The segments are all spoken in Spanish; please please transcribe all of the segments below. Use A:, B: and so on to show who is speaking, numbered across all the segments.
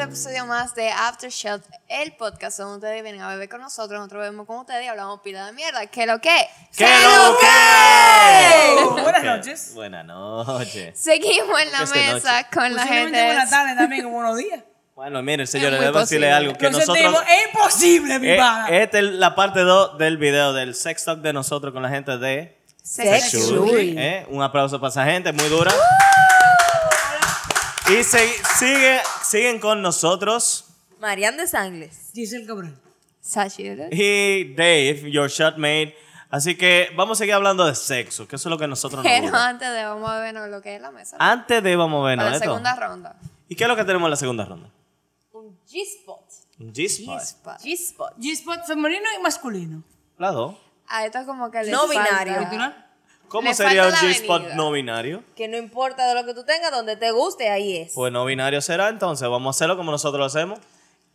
A: episodio más de Aftershock, el podcast donde ustedes vienen a beber con nosotros, nosotros bebemos con ustedes y hablamos pila de mierda. ¿Qué lo que?
B: ¡Qué lo que!
C: Buenas
B: Ok,
C: noches.
B: Buenas noches.
A: Seguimos en la
B: Porque es de
A: mesa
B: Este noche.
A: con la
C: Posiblemente
A: gente.
C: buenas tardes también, como buenos días.
B: Bueno, miren, señores,
A: muy
B: debo decirle
A: posible.
B: algo que
C: Lo
B: nosotros.
C: sentimos, es imposible, mi
B: Eh,
C: pana.
B: esta es la parte 2 del video del sex talk de nosotros con la gente de
C: Sexual.
A: Sexual.
B: Eh, Un aplauso para esa gente, muy
A: Uh.
B: dura. Y se, sigue, siguen con nosotros.
D: Marian de Sangles.
C: Giselle Cabrón.
A: Sachi, ¿verdad?
B: Y Dave, your shot made. Así que vamos a seguir hablando de sexo, que eso es lo que nosotros nos
A: Pero
B: gusta.
A: antes de vamos a vernos lo que es la mesa.
B: Antes Ah, de vamos a vernos
A: para la
B: esto.
A: segunda ronda.
B: ¿Y qué es lo que tenemos en la segunda ronda?
D: Un G-Spot.
B: Un G-spot.
A: G-spot.
D: G-Spot.
C: G-Spot femenino y masculino.
B: La dos.
A: A Ah, esto es como que le
D: No
A: falta-
D: binario.
C: ¿Cultural?
B: ¿Cómo
A: Le
B: sería un
A: falta la
B: G-spot
A: avenida.
B: no binario?
D: Que no importa de lo que tú tengas, donde te guste, ahí es.
B: Pues no binario será, entonces vamos a hacerlo como nosotros lo hacemos.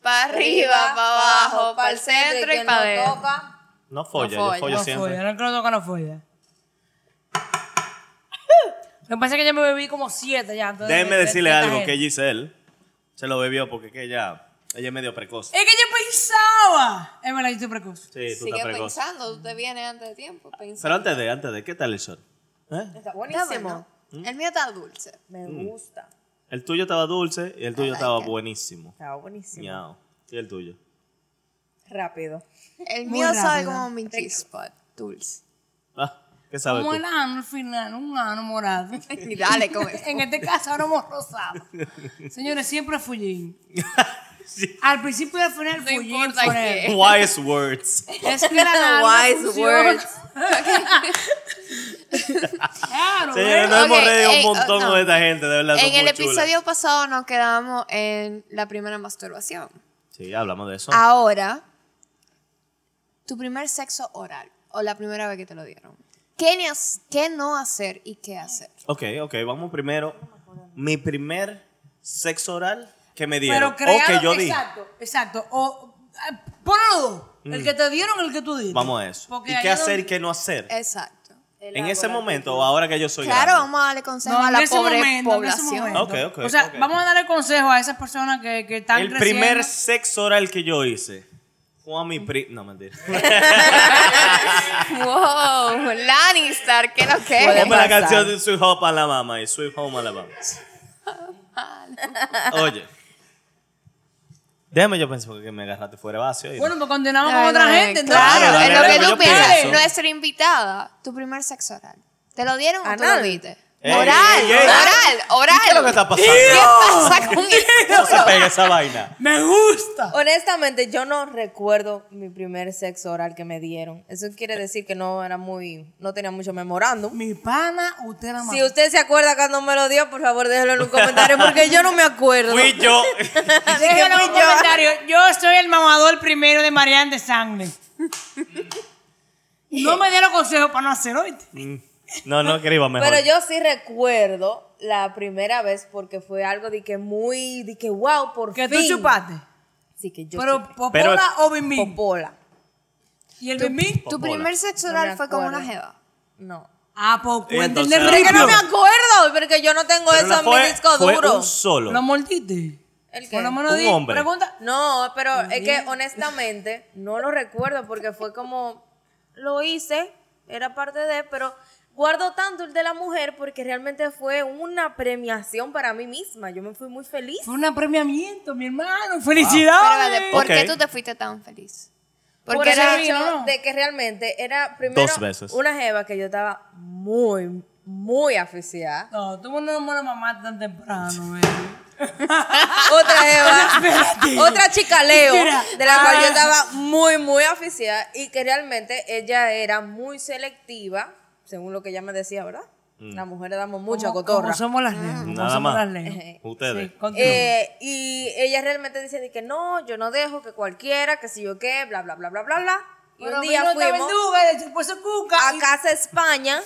A: Para arriba, para abajo, para el centro y
D: que
A: para
D: no
A: adentro.
D: toca.
B: No folla,
A: folla.
B: yo follo
C: No
B: siempre.
C: folla, no es que lo toca, no folla. Lo que pasa es que yo me bebí como siete ya. antes de-
B: Déjenme
C: de- de
B: decirle
C: esta
B: algo
C: gente.
B: que Giselle se lo bebió porque que ella, ella es medio precoz.
C: Es que yo pensaba. Es verdad, yo estoy precoz.
B: Sí, tú
A: Eh, Sigue
B: estás precoz.
A: pensando, tú te vienes antes de tiempo. Pensando.
B: Pero antes de, antes de, ¿qué tal el shot? ¿Eh?
D: Está
A: Está
D: buenísimo.
A: bueno. El mío está dulce.
D: Me gusta.
B: El tuyo estaba dulce y el tuyo estaba buenísimo.
D: Está buenísimo.
B: Miau. ¿Y el tuyo?
D: Rápido.
A: El
C: Muy
A: mío sabe
C: rápido.
A: como mi G-spot. Dulce.
B: Ah, ¿Qué sabes
C: Como
B: tú?
C: el ano al final, un ano morado.
A: Y dale con eso.
C: En este caso, ahora hemos rosado. Señores, siempre fullín. Al principio y al final,
A: No
C: fullín.
A: importa
C: forever.
A: qué.
B: Wise words.
C: Es que la larga
D: Wise
C: funciona.
D: words.
C: Claro.
B: Señores,
C: ¿eh?
B: nos
A: Ok,
B: hemos reído un
A: ey, oh,
B: montón
A: no.
B: con esta gente, de verdad. son
A: En el
B: muy chulas.
A: episodio pasado nos quedamos en la primera masturbación.
B: Sí, hablamos de eso.
A: Ahora, tu primer sexo oral o la primera vez que te lo dieron. ¿Qué, ni has- qué no hacer y qué hacer?
B: Ok, ok, vamos primero. Mi primer sexo oral que me dieron.
C: Pero creado,
B: o que yo di.
C: Exacto, exacto. O, eh, ponlo los dos. El que te dieron, el que tú diste.
B: Mm. Vamos a eso.
C: Porque
B: ¿Y
C: ahí
B: qué
C: es
B: hacer y
C: donde-
B: qué no hacer?
A: Exacto.
B: ¿En ese momento o ahora que yo soy
A: Claro,
B: grande?
A: vamos a darle consejo
C: No,
A: a
C: en
A: la
C: ese
A: pobre
C: momento, en ese
A: población.
C: momento.
B: Ok, ok,
C: O sea,
B: ok.
C: vamos a darle consejo a esas personas que, que están
B: El
C: creciendo.
B: primer sexo oral que yo hice fue a mi pri... No, mentira.
A: wow, Lannister, ¿qué lo que es?
D: Puede-
B: Ponme la
D: pasar.
B: canción de Sweet Home Alabama y Sweet Home Alabama. Oye. Déjame yo pensar porque me agarraste fuera de vacío. y-
C: Bueno, pues continuamos
A: Ay,
C: con otra
A: no,
C: gente.
A: Claro,
B: Claro,
A: es
B: la
A: lo que
B: verdad
A: tú
B: que yo
A: piensas.
B: pienso.
A: Nuestra invitada, tu primer sexo oral. ¿Te lo dieron o tú lo
D: Anal.
A: viste?
B: Ey,
A: oral,
B: ey, ey.
A: oral, oral.
B: ¿Qué es lo que está pasando?
A: ¿Qué pasa con
B: No se
A: esto?
B: pega esa vaina.
C: Me gusta.
D: Honestamente, yo no recuerdo mi primer sexo oral que me dieron. Eso quiere decir que no era muy, no tenía mucho memorándum.
C: Mi pana, usted la
D: Si
C: mató.
D: usted se acuerda cuando me lo dio, por favor déjelo en un comentario porque yo no me acuerdo.
B: Fui yo.
C: Déjenlo en un
D: Fui yo.
C: comentario. Yo soy el mamador primero de Marianne de Sangre. No me dieron consejos para no hacer hoy.
B: Mm. No, no, querido, mejor.
D: Pero yo sí recuerdo la primera vez porque fue algo de que muy, de que wow, por
C: Que tú
D: fin.
C: chupaste.
D: Sí, que yo
C: Pero
D: chupé.
C: popola
B: Pero-
C: o bimbi.
D: Popola.
C: Y el bimbi.
A: Tu
B: Bola.
A: primer sexo
D: No
A: oral
D: me
A: fue con una
D: acuerdo.
A: jeva.
D: No.
C: Ah, poco.
B: Entonces-
C: ¿Entiendes?
D: Pero que no
B: Rápido.
D: me acuerdo, porque yo no tengo
B: Pero
D: eso
B: no
D: en mi
B: fue,
D: disco
B: fue
D: duro.
B: un solo.
C: ¿Lo mordiste?
D: ¿El qué?
C: Por lo menos
B: Un
C: di-
B: hombre.
C: Pregunta.
D: No, pero es que honestamente no lo recuerdo porque fue como lo hice, era parte de, pero guardo tanto el de la mujer porque realmente fue una premiación para mí misma. Yo me fui muy feliz.
C: Fue un apremiamiento, mi hermano.
A: Pero,
C: ¡Felicidades!
A: espérate, ¿por qué
B: Ok.
A: tú te fuiste tan feliz? Porque
D: Por el
A: era
D: hecho
C: no, no.
D: de que realmente era primero
B: Dos veces.
D: una jeva que yo estaba muy, muy aficiada.
C: No, tú no me lo mamaste tan temprano, baby.
D: Otra jeva, otra chica Leo,
C: Mira.
D: de la cual
C: Ah.
D: yo estaba muy, muy aficiada y que realmente ella era muy selectiva, según lo que ella me decía, ¿verdad?
B: Mm.
D: Las mujeres damos mucha
C: Como-
D: cotorra.
C: como somos las lejos. como
B: Nada
C: somos
B: más.
C: las lejos.
B: Ustedes.
C: Sí, continúa.
D: Eh, y ella realmente dice de que no, yo no dejo que cualquiera, que si yo qué, bla, bla, bla, bla, bla, bla. Y
C: Pero
D: un día
C: vino esta
D: fuimos
C: verduga y le chupó esa cuca.
D: a casa España.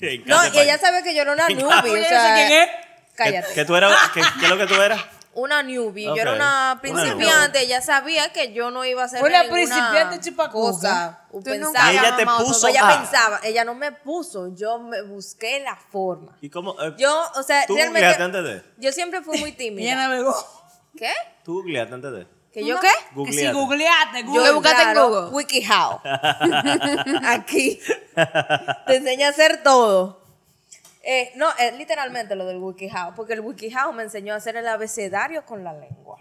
B: En
D: No,
B: casa
D: y ella
B: de
D: sabe que yo era una
B: En casa-
D: newbie.
C: Oye,
D: o
C: yo
D: sea,
C: sé quién es.
B: baño.
D: Cállate.
B: ¿Qué, qué tú eras? ¿Qué, qué es lo que tú eras?
D: Una newbie.
B: Ok.
D: Yo era una
B: Una
D: principiante. ella sabía que yo no iba a ser
C: Una
D: ninguna
C: principiante chupacuca.
D: cosa. o
A: Tú nunca
D: pensaba.
B: Y ella
A: habías
B: te
A: mamado
B: puso
A: todo.
D: Ella
B: Ah.
D: pensaba. Ella no me puso. Yo me busqué la forma.
B: ¿Y cómo? eh,
D: Yo, o sea,
B: ¿Tú googleaste
D: realmente.
B: antes de?
D: Yo siempre fui muy
C: Ella
D: tímida.
C: navegó.
D: ¿Qué?
B: ¿Tú googleaste antes de?
D: ¿Que yo qué?
C: Que si
B: Googleate.
C: googleaste,
A: Yo
C: Google.
A: lo buscaste en Google.
D: WikiHow. Aquí. Te enseña a hacer todo. Eh, no, es literalmente lo del WikiHow, porque el WikiHow me enseñó a hacer el abecedario con la lengua.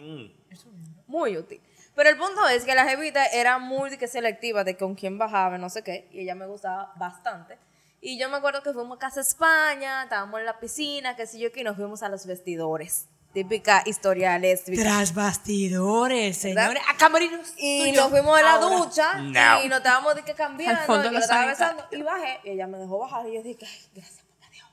D: Muy útil. Pero el punto es que la jevita era muy de que selectiva de con quién bajaba, no sé qué, y ella me gustaba bastante. Y yo me acuerdo que fuimos a Casa España, estábamos en la piscina, qué sé yo, que nos fuimos a los vestidores. Típica historia lésbica.
C: Tras bastidores,
D: ¿Verdad?
C: señores. A camerinos.
D: Y
C: tuyos.
D: nos fuimos a la
C: Ahora.
D: ducha
B: No.
D: y nos estábamos de que cambiando.
A: Al fondo
D: y yo
A: lo
D: la estaba
A: saben,
D: besando y bajé. Y ella me dejó bajar y yo dije, ay, gracias, papá Dios.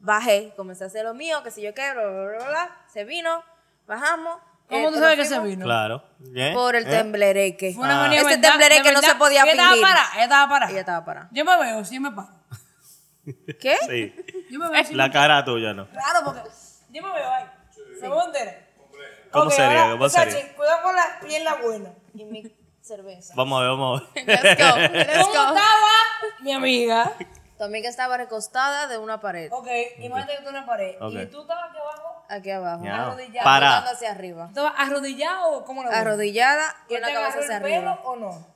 D: Bajé, comencé a hacer lo mío, que si yo qué, bla, bla, bla, bla. Se vino, bajamos.
C: ¿Cómo
D: eh,
C: tú sabes que
D: nos
C: se
D: fuimos
C: vino?
B: Claro. ¿Eh?
D: Por el
B: ¿Eh?
D: temblereque.
C: Fue una
B: Ah.
C: manía
D: Ese
C: verdad,
D: temblereque
C: de
D: Este no se
C: verdad.
D: podía
C: Ella estaba
D: fingir.
C: parada, ella estaba parada.
D: Ella estaba parada.
C: Yo me veo, sí me paro.
D: ¿Qué?
B: Sí.
C: Yo me veo, sí
B: Eh, La cara tuya no.
C: Claro, porque yo me veo ahí. ¿Se me entera?
B: ¿Cómo
C: Ok,
B: sería?
C: ahora,
B: ¿Cómo sería?
C: Sachi, Cuidado con la pierna buena.
D: Y mi cerveza.
B: Vamos a ver, vamos a ver.
A: Let's go. Let's
C: ¿Cómo
A: go.
C: estaba mi amiga?
D: Tu amiga estaba recostada de una pared.
C: Ok, imagínate que tú no pared.
B: Ok.
C: Y tú estabas aquí abajo,
D: Aquí abajo.
B: Ya.
D: Arrodillada.
B: Para.
D: mirando hacia arriba.
C: estabas arrodillado o cómo lo ves?
D: Arrodillada
C: ¿Y
D: con la
C: te
D: cabeza
C: agarró
D: hacia
C: el pelo
D: arriba.
C: o no?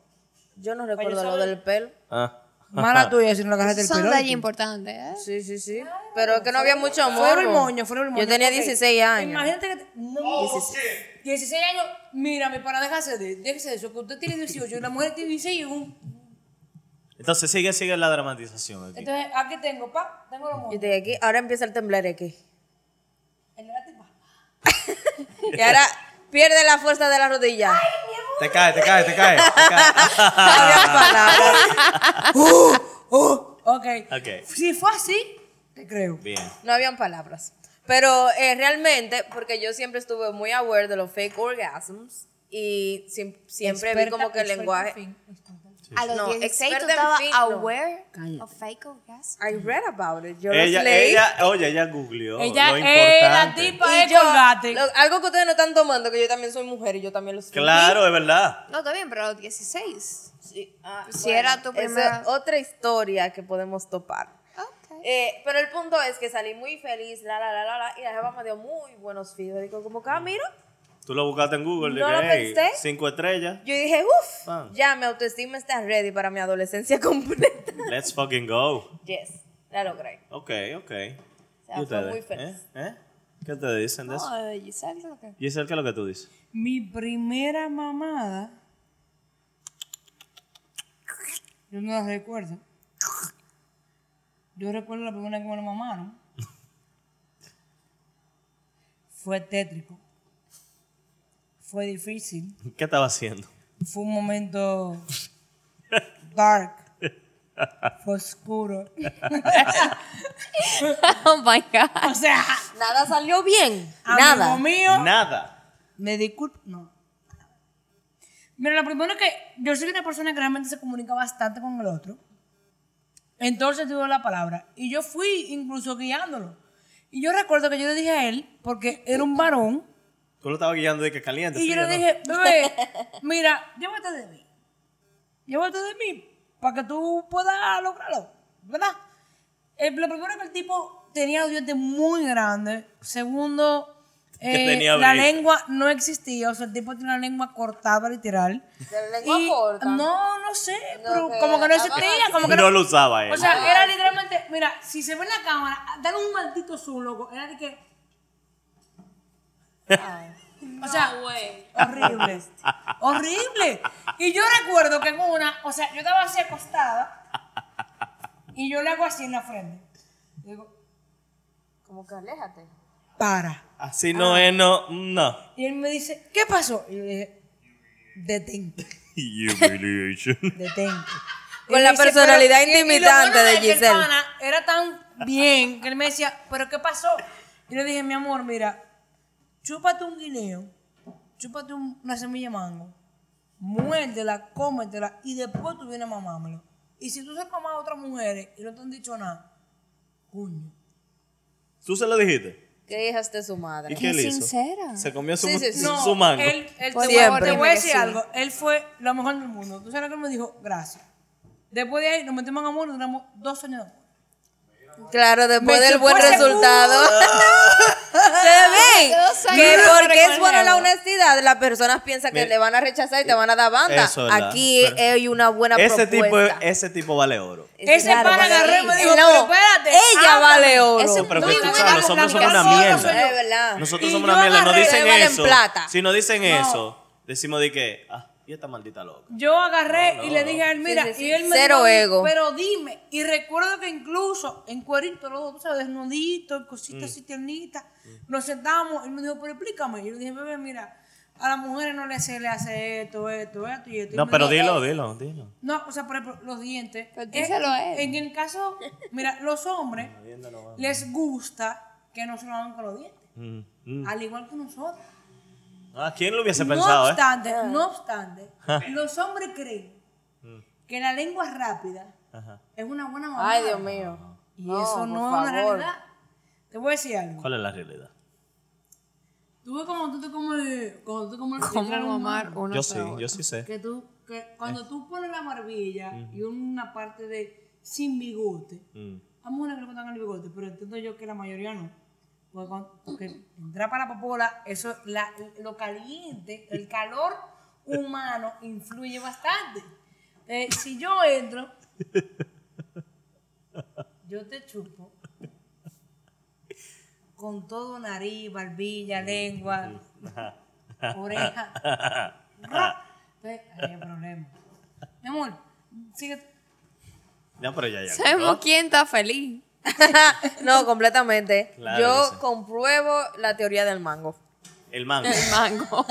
D: Yo no
C: yo
D: recuerdo lo
C: saber-
D: del pelo.
B: Ah.
C: Mala tuya si no la agarraste el
A: Son
C: pelo.
A: detalles importantes, ¿eh?
D: Sí, sí, sí. Pero es que no había mucho morbo.
C: Fueron el moño, fueron el moño.
D: Yo tenía
C: Ok,
D: 16 años.
C: Imagínate que... te- No, 16. 16 años. Mira, mi para déjese de, déjese de eso. Que usted tiene 18 y la mujer tiene 16 y un...
B: Entonces sigue, sigue la dramatización aquí.
C: Entonces, aquí tengo, pa, tengo los
D: Yo
C: moños.
D: estoy aquí, ahora empieza el temblereque.
C: El de la tipa.
D: Y ahora pierde la fuerza de la rodilla.
B: Te cae, te cae, te cae. te cae.
D: No había
B: Ah.
D: palabras.
C: Oh, ok.
B: Ok.
C: Si fue así, te creo.
B: Bien.
D: No habían palabras. Pero eh, realmente, porque yo siempre estuve muy aware de los fake orgasms y siem- siempre vi como que el lenguaje.
A: A los
D: No,
A: 16 tú
D: experta en
A: estabas
D: fin, no.
A: aware of fake orgasm.
D: I read about it. Yo
B: Ella,
D: los leí.
B: ella, oye, ella googleó.
C: Ella
B: lo
C: es la
B: importante.
C: tipa.
D: y
C: Eh,
D: yo-
C: colgate.
D: lo- algo que ustedes no están tomando, que yo también soy mujer y yo también lo soy.
B: Claro, es verdad.
A: No, está bien, pero a los 16.
D: Sí. Ah,
A: Si era tu
D: esa es
A: primera-
D: otra historia que podemos topar.
A: Ok.
D: Eh, pero el punto es que salí muy feliz, la, la, la, la, la, y la jefa me dio muy buenos feedback. Digo, como que, ah, mira.
B: Tú lo buscaste en Google.
D: No
B: dije,
D: lo
B: "Hey,
D: pensé".
B: Cinco estrellas.
D: Yo dije, uff,
B: Ah.
D: ya mi autoestima está ready para mi adolescencia completa.
B: Let's fucking go.
D: yes, la logré.
B: Ok, ok.
D: sea,
B: ¿Y
D: fue
B: ustedes?
D: muy feliz.
B: ¿Eh? ¿Eh? ¿Qué te dicen de eso?
A: No, Giselle, creo que-
B: Giselle, ¿qué es lo que tú dices?
C: Mi primera mamada. Yo no la recuerdo. Yo recuerdo la primera que me lo mamaron. Fue tétrico. Fue difícil.
B: ¿Qué estaba haciendo?
C: Fue un momento dark. Fue oscuro.
A: Oh my God.
C: O sea,
D: Nada salió bien,
C: amigo
D: nada.
C: mío.
B: Nada.
C: Me disculpo. No. Mira, lo primero es que yo soy una persona que realmente se comunica bastante con el otro. Entonces tuve la palabra. Y yo fui incluso guiándolo. Y yo recuerdo que yo le dije a él, porque era un varón,
B: Tú lo estabas guiando de que caliente.
C: y yo
B: frío,
C: le
B: ¿no?
C: dije, bebé, mira, llévate de mí. Llévate de mí para que tú puedas lograrlo, ¿verdad? Eh, lo primero es que el tipo tenía los dientes muy grandes. Segundo,
B: Que
C: eh,
B: tenía
C: la
B: brisa.
C: lengua no existía. O sea, el tipo tenía una lengua cortada, literal.
D: De la lengua
C: Y-
D: corta.
C: No, no sé, pero
D: que-
C: como que no
D: ah,
C: existía,
D: no,
C: como que
B: no lo usaba él.
C: o sea,
D: Ah.
C: era literalmente, mira, si se ve en la cámara, dale un maldito zoom, loco. Era de que. o sea, horrible. horrible. Y yo recuerdo que en una, o sea, yo estaba así acostada y yo le hago así en la frente. Digo,
D: Como que aléjate.
C: para.
B: Así no es, no. No.
C: Y él me dice, ¿qué pasó? Y yo le dije, detente,
B: Humiliation.
C: detente. Y
D: Con
C: él
D: la
C: me dice,
D: personalidad
C: "Pero-" y- y lo
D: intimidante
C: bueno
D: de
C: es que el
D: Giselle.
C: pana Era tan bien que él me decía, ¿pero qué pasó? Y le dije, mi amor, mira, chúpate un guineo, chúpate un- una semilla de mango, muérdela, cómetela y después tú vienes a mamármelo. Y si tú se comas a otras mujeres y no te han dicho nada, coño.
B: ¿Tú se lo dijiste?
D: ¿Qué hijas de su madre?
B: ¿Y qué, le
A: Qué
B: hizo?
A: sincera.
B: Se comió su,
D: Sí, sí, sí.
B: su- su mango.
C: Él, él- te,
A: Por
C: voy a-
D: siempre.
C: te voy a
A: Dime que
C: decir
A: sí.
C: algo. Él fue lo mejor del mundo. Tú sabes lo que él me dijo, gracias. Después de ahí nos metimos en amor y duramos dos años de amor.
D: Claro, después
C: Me
D: del buen
C: chupó ese
D: resultado. Se ve
A: Dos años
D: que
A: de
D: porque es
A: recorrido.
D: buena la honestidad, las personas piensan que
B: Mira, eh,
D: te van a rechazar y te van a dar banda.
B: eso es la-
D: Aquí
B: pero-
D: hay una buena
B: Ese tipo,
D: propuesta.
B: ese tipo vale oro.
C: Ese pana agarró y me dijo,
D: No,
C: pero espérate.
D: Ella
C: ándale.
D: vale oro.
A: Ese-
B: Pero
A: No,
B: que
A: y
B: escucha,
A: buena
B: los hombres son
A: comunicación,
B: una
C: soy
B: mierda.
C: yo.
D: Es verdad.
B: Nosotros
C: Y
B: somos
C: yo
B: una mierda. No
C: agarré-
B: dicen
D: valen
B: eso.
D: plata.
B: Si no dicen
C: No.
B: eso, decimos de que, ah, y esta maldita loca.
C: Yo agarré
B: No, no,
C: y le
B: no.
C: dije a él, mira,
D: Sí, sí, sí.
C: y él me
D: Cero
C: dijo,
D: ego.
C: pero dime, y recuerdo que incluso en cuerito, los dos, tú sabes, desnuditos, cositas
B: Mm.
C: así tiernitas, nos sentamos, él me dijo, pero explícame, y yo le dije, bebé, mira, a las mujeres no le se le hace esto, esto, esto, y esto. Y
B: No,
C: me
B: pero
C: dijo,
B: dilo, dilo, dilo.
C: No, o sea, por ejemplo, los dientes.
A: Pero
C: Eh,
A: díselo a él.
C: En el caso, mira, los hombres les gusta que no se lo hagan con los dientes,
B: Mm, mm.
C: al igual que nosotros.
B: Ah, ¿quién lo hubiese
C: no
B: pensado, eh? Ah.
C: obstante,
D: Ah.
C: no obstante, los hombres creen
B: Mm.
C: que la lengua rápida
B: Ajá.
C: es una buena mamá.
D: Ay, Dios mío.
C: Y eso
D: por
C: no es una
D: favor.
C: realidad. Te voy a decir algo.
B: ¿Cuál es la realidad?
C: Tú ves como tú te comes, cuando tú te comes el
A: ¿Cómo
C: filtro de un
A: mamar
C: mango,
A: uno
B: yo
A: a
B: sí,
A: otro?
B: yo sí sé.
C: Que tú, que
B: Eh.
C: cuando tú pones la barbilla y una parte de sin bigote,
B: Mm.
C: a mujeres que le botan el bigote, pero entiendo yo que la mayoría no. Porque, cuando- porque entrar para la popola, eso, la, lo caliente, el calor humano influye bastante. Eh, si yo entro, yo te chupo con todo nariz, barbilla, lengua, oreja. ra. Entonces, ahí hay problema. Mi amor, sigue.
B: No, pero ya, ya.
A: Sabemos quién está feliz.
D: no, completamente.
B: Claro
D: Yo
B: que sí.
D: compruebo la teoría del mango.
B: El mango.
A: El mango.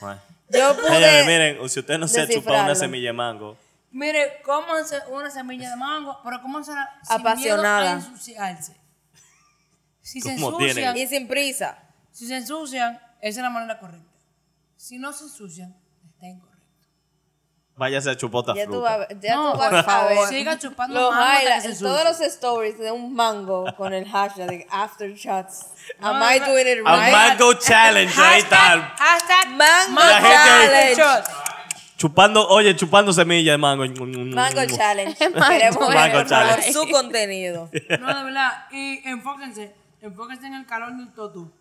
B: Bueno.
D: Yo
B: Señores,
D: pude.
B: miren, si usted no se ha chupado
D: descifrarlo.
B: una semilla de mango,
C: Mire, cómanse una semilla de mango, pero cómanse sin
D: Apasionada.
C: miedo a ensuciarse. Si se
B: ¿Cómo
C: ensucian,
B: tienen?
D: Y sin prisa.
C: si se ensucian, esa es la manera correcta. Si no se ensucian, está incorrecto.
B: váyase a chupota
D: Ya tú,
B: fruta.
D: vas a ver- ya
C: No,
D: tú vas
C: por
D: a
C: favor,
D: ver.
C: siga chupando
D: Los
C: mango hasta que
D: highlights,
C: se suce.
D: todos los stories de un mango con el hashtag de after shots. Am
C: No,
D: I
C: no,
D: doing it
B: A
D: right?
B: mango challenge, ahí está.
C: Hasta
D: Mango
B: La gente ahí-
D: challenge.
B: Chupando, oye, chupando semilla de mango.
D: Mango challenge.
A: Mango
D: Queremos ver,
B: Mm. Mango
D: por favor,
B: challenge.
D: su contenido.
C: No, de verdad. Y enfóquense. Enfóquense en el calor del totu.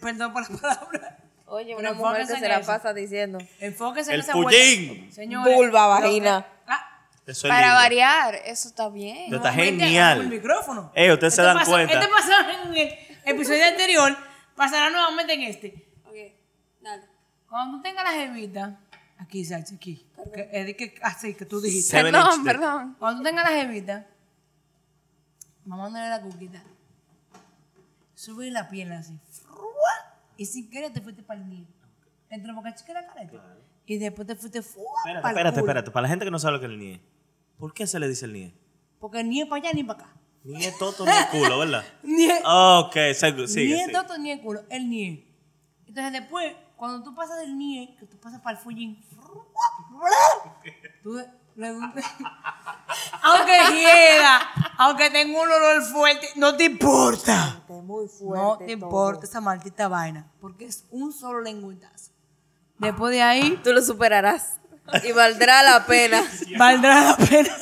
C: Perdón por la palabra.
D: Oye,
C: Pero
D: una mujer que
C: enfóquense
D: se
C: en
D: la
C: eso.
D: pasa diciendo.
C: Enfóquense
B: El
C: en esa
B: pullín.
C: vuelta. Señores,
D: Vulva,
C: lo que-
D: vagina.
C: Ah,
B: Eso es
A: Para
B: lindo.
A: variar, eso está bien.
B: Esto está
C: Nuevamente,
B: genial.
C: El micrófono.
B: Ey, ustedes se dan
C: pasó-
B: cuenta.
C: Este pasó en el episodio anterior, pasará nuevamente en este.
A: Ok, dale.
C: Cuando tú tengas la jevita, aquí, Sachi, aquí. Que, es de que, así que tú dijiste.
B: Seven inch
A: Perdón,
B: dick.
A: perdón.
C: Cuando tú tengas la jevita, mamándole la cuquita, sube la pierna así. ¡frua! Y sin querer te fuiste para el niño. Entre boca chica y la careta. Y después te fuiste fuera.
B: Espérate, espérate, espérate. Para la gente que no sabe lo que es el nie. ¿Por qué se le dice el nie?
C: Porque ni es para allá ni para acá.
B: Ni es toto ni es culo, ¿verdad?
C: Ni es-
B: Ok, sigue,
C: ni
B: sigue.
C: el toto ni el culo, el nie. Entonces después, cuando tú pasas del nie, que tú pasas para el fullín, tú le aunque hieda, aunque tenga un olor fuerte, no te importa.
D: Muy
C: No te importa esa maldita vaina, porque es un solo lengüetazo. Después de ahí,
D: Tú lo superarás. Y valdrá la pena
C: valdrá la pena.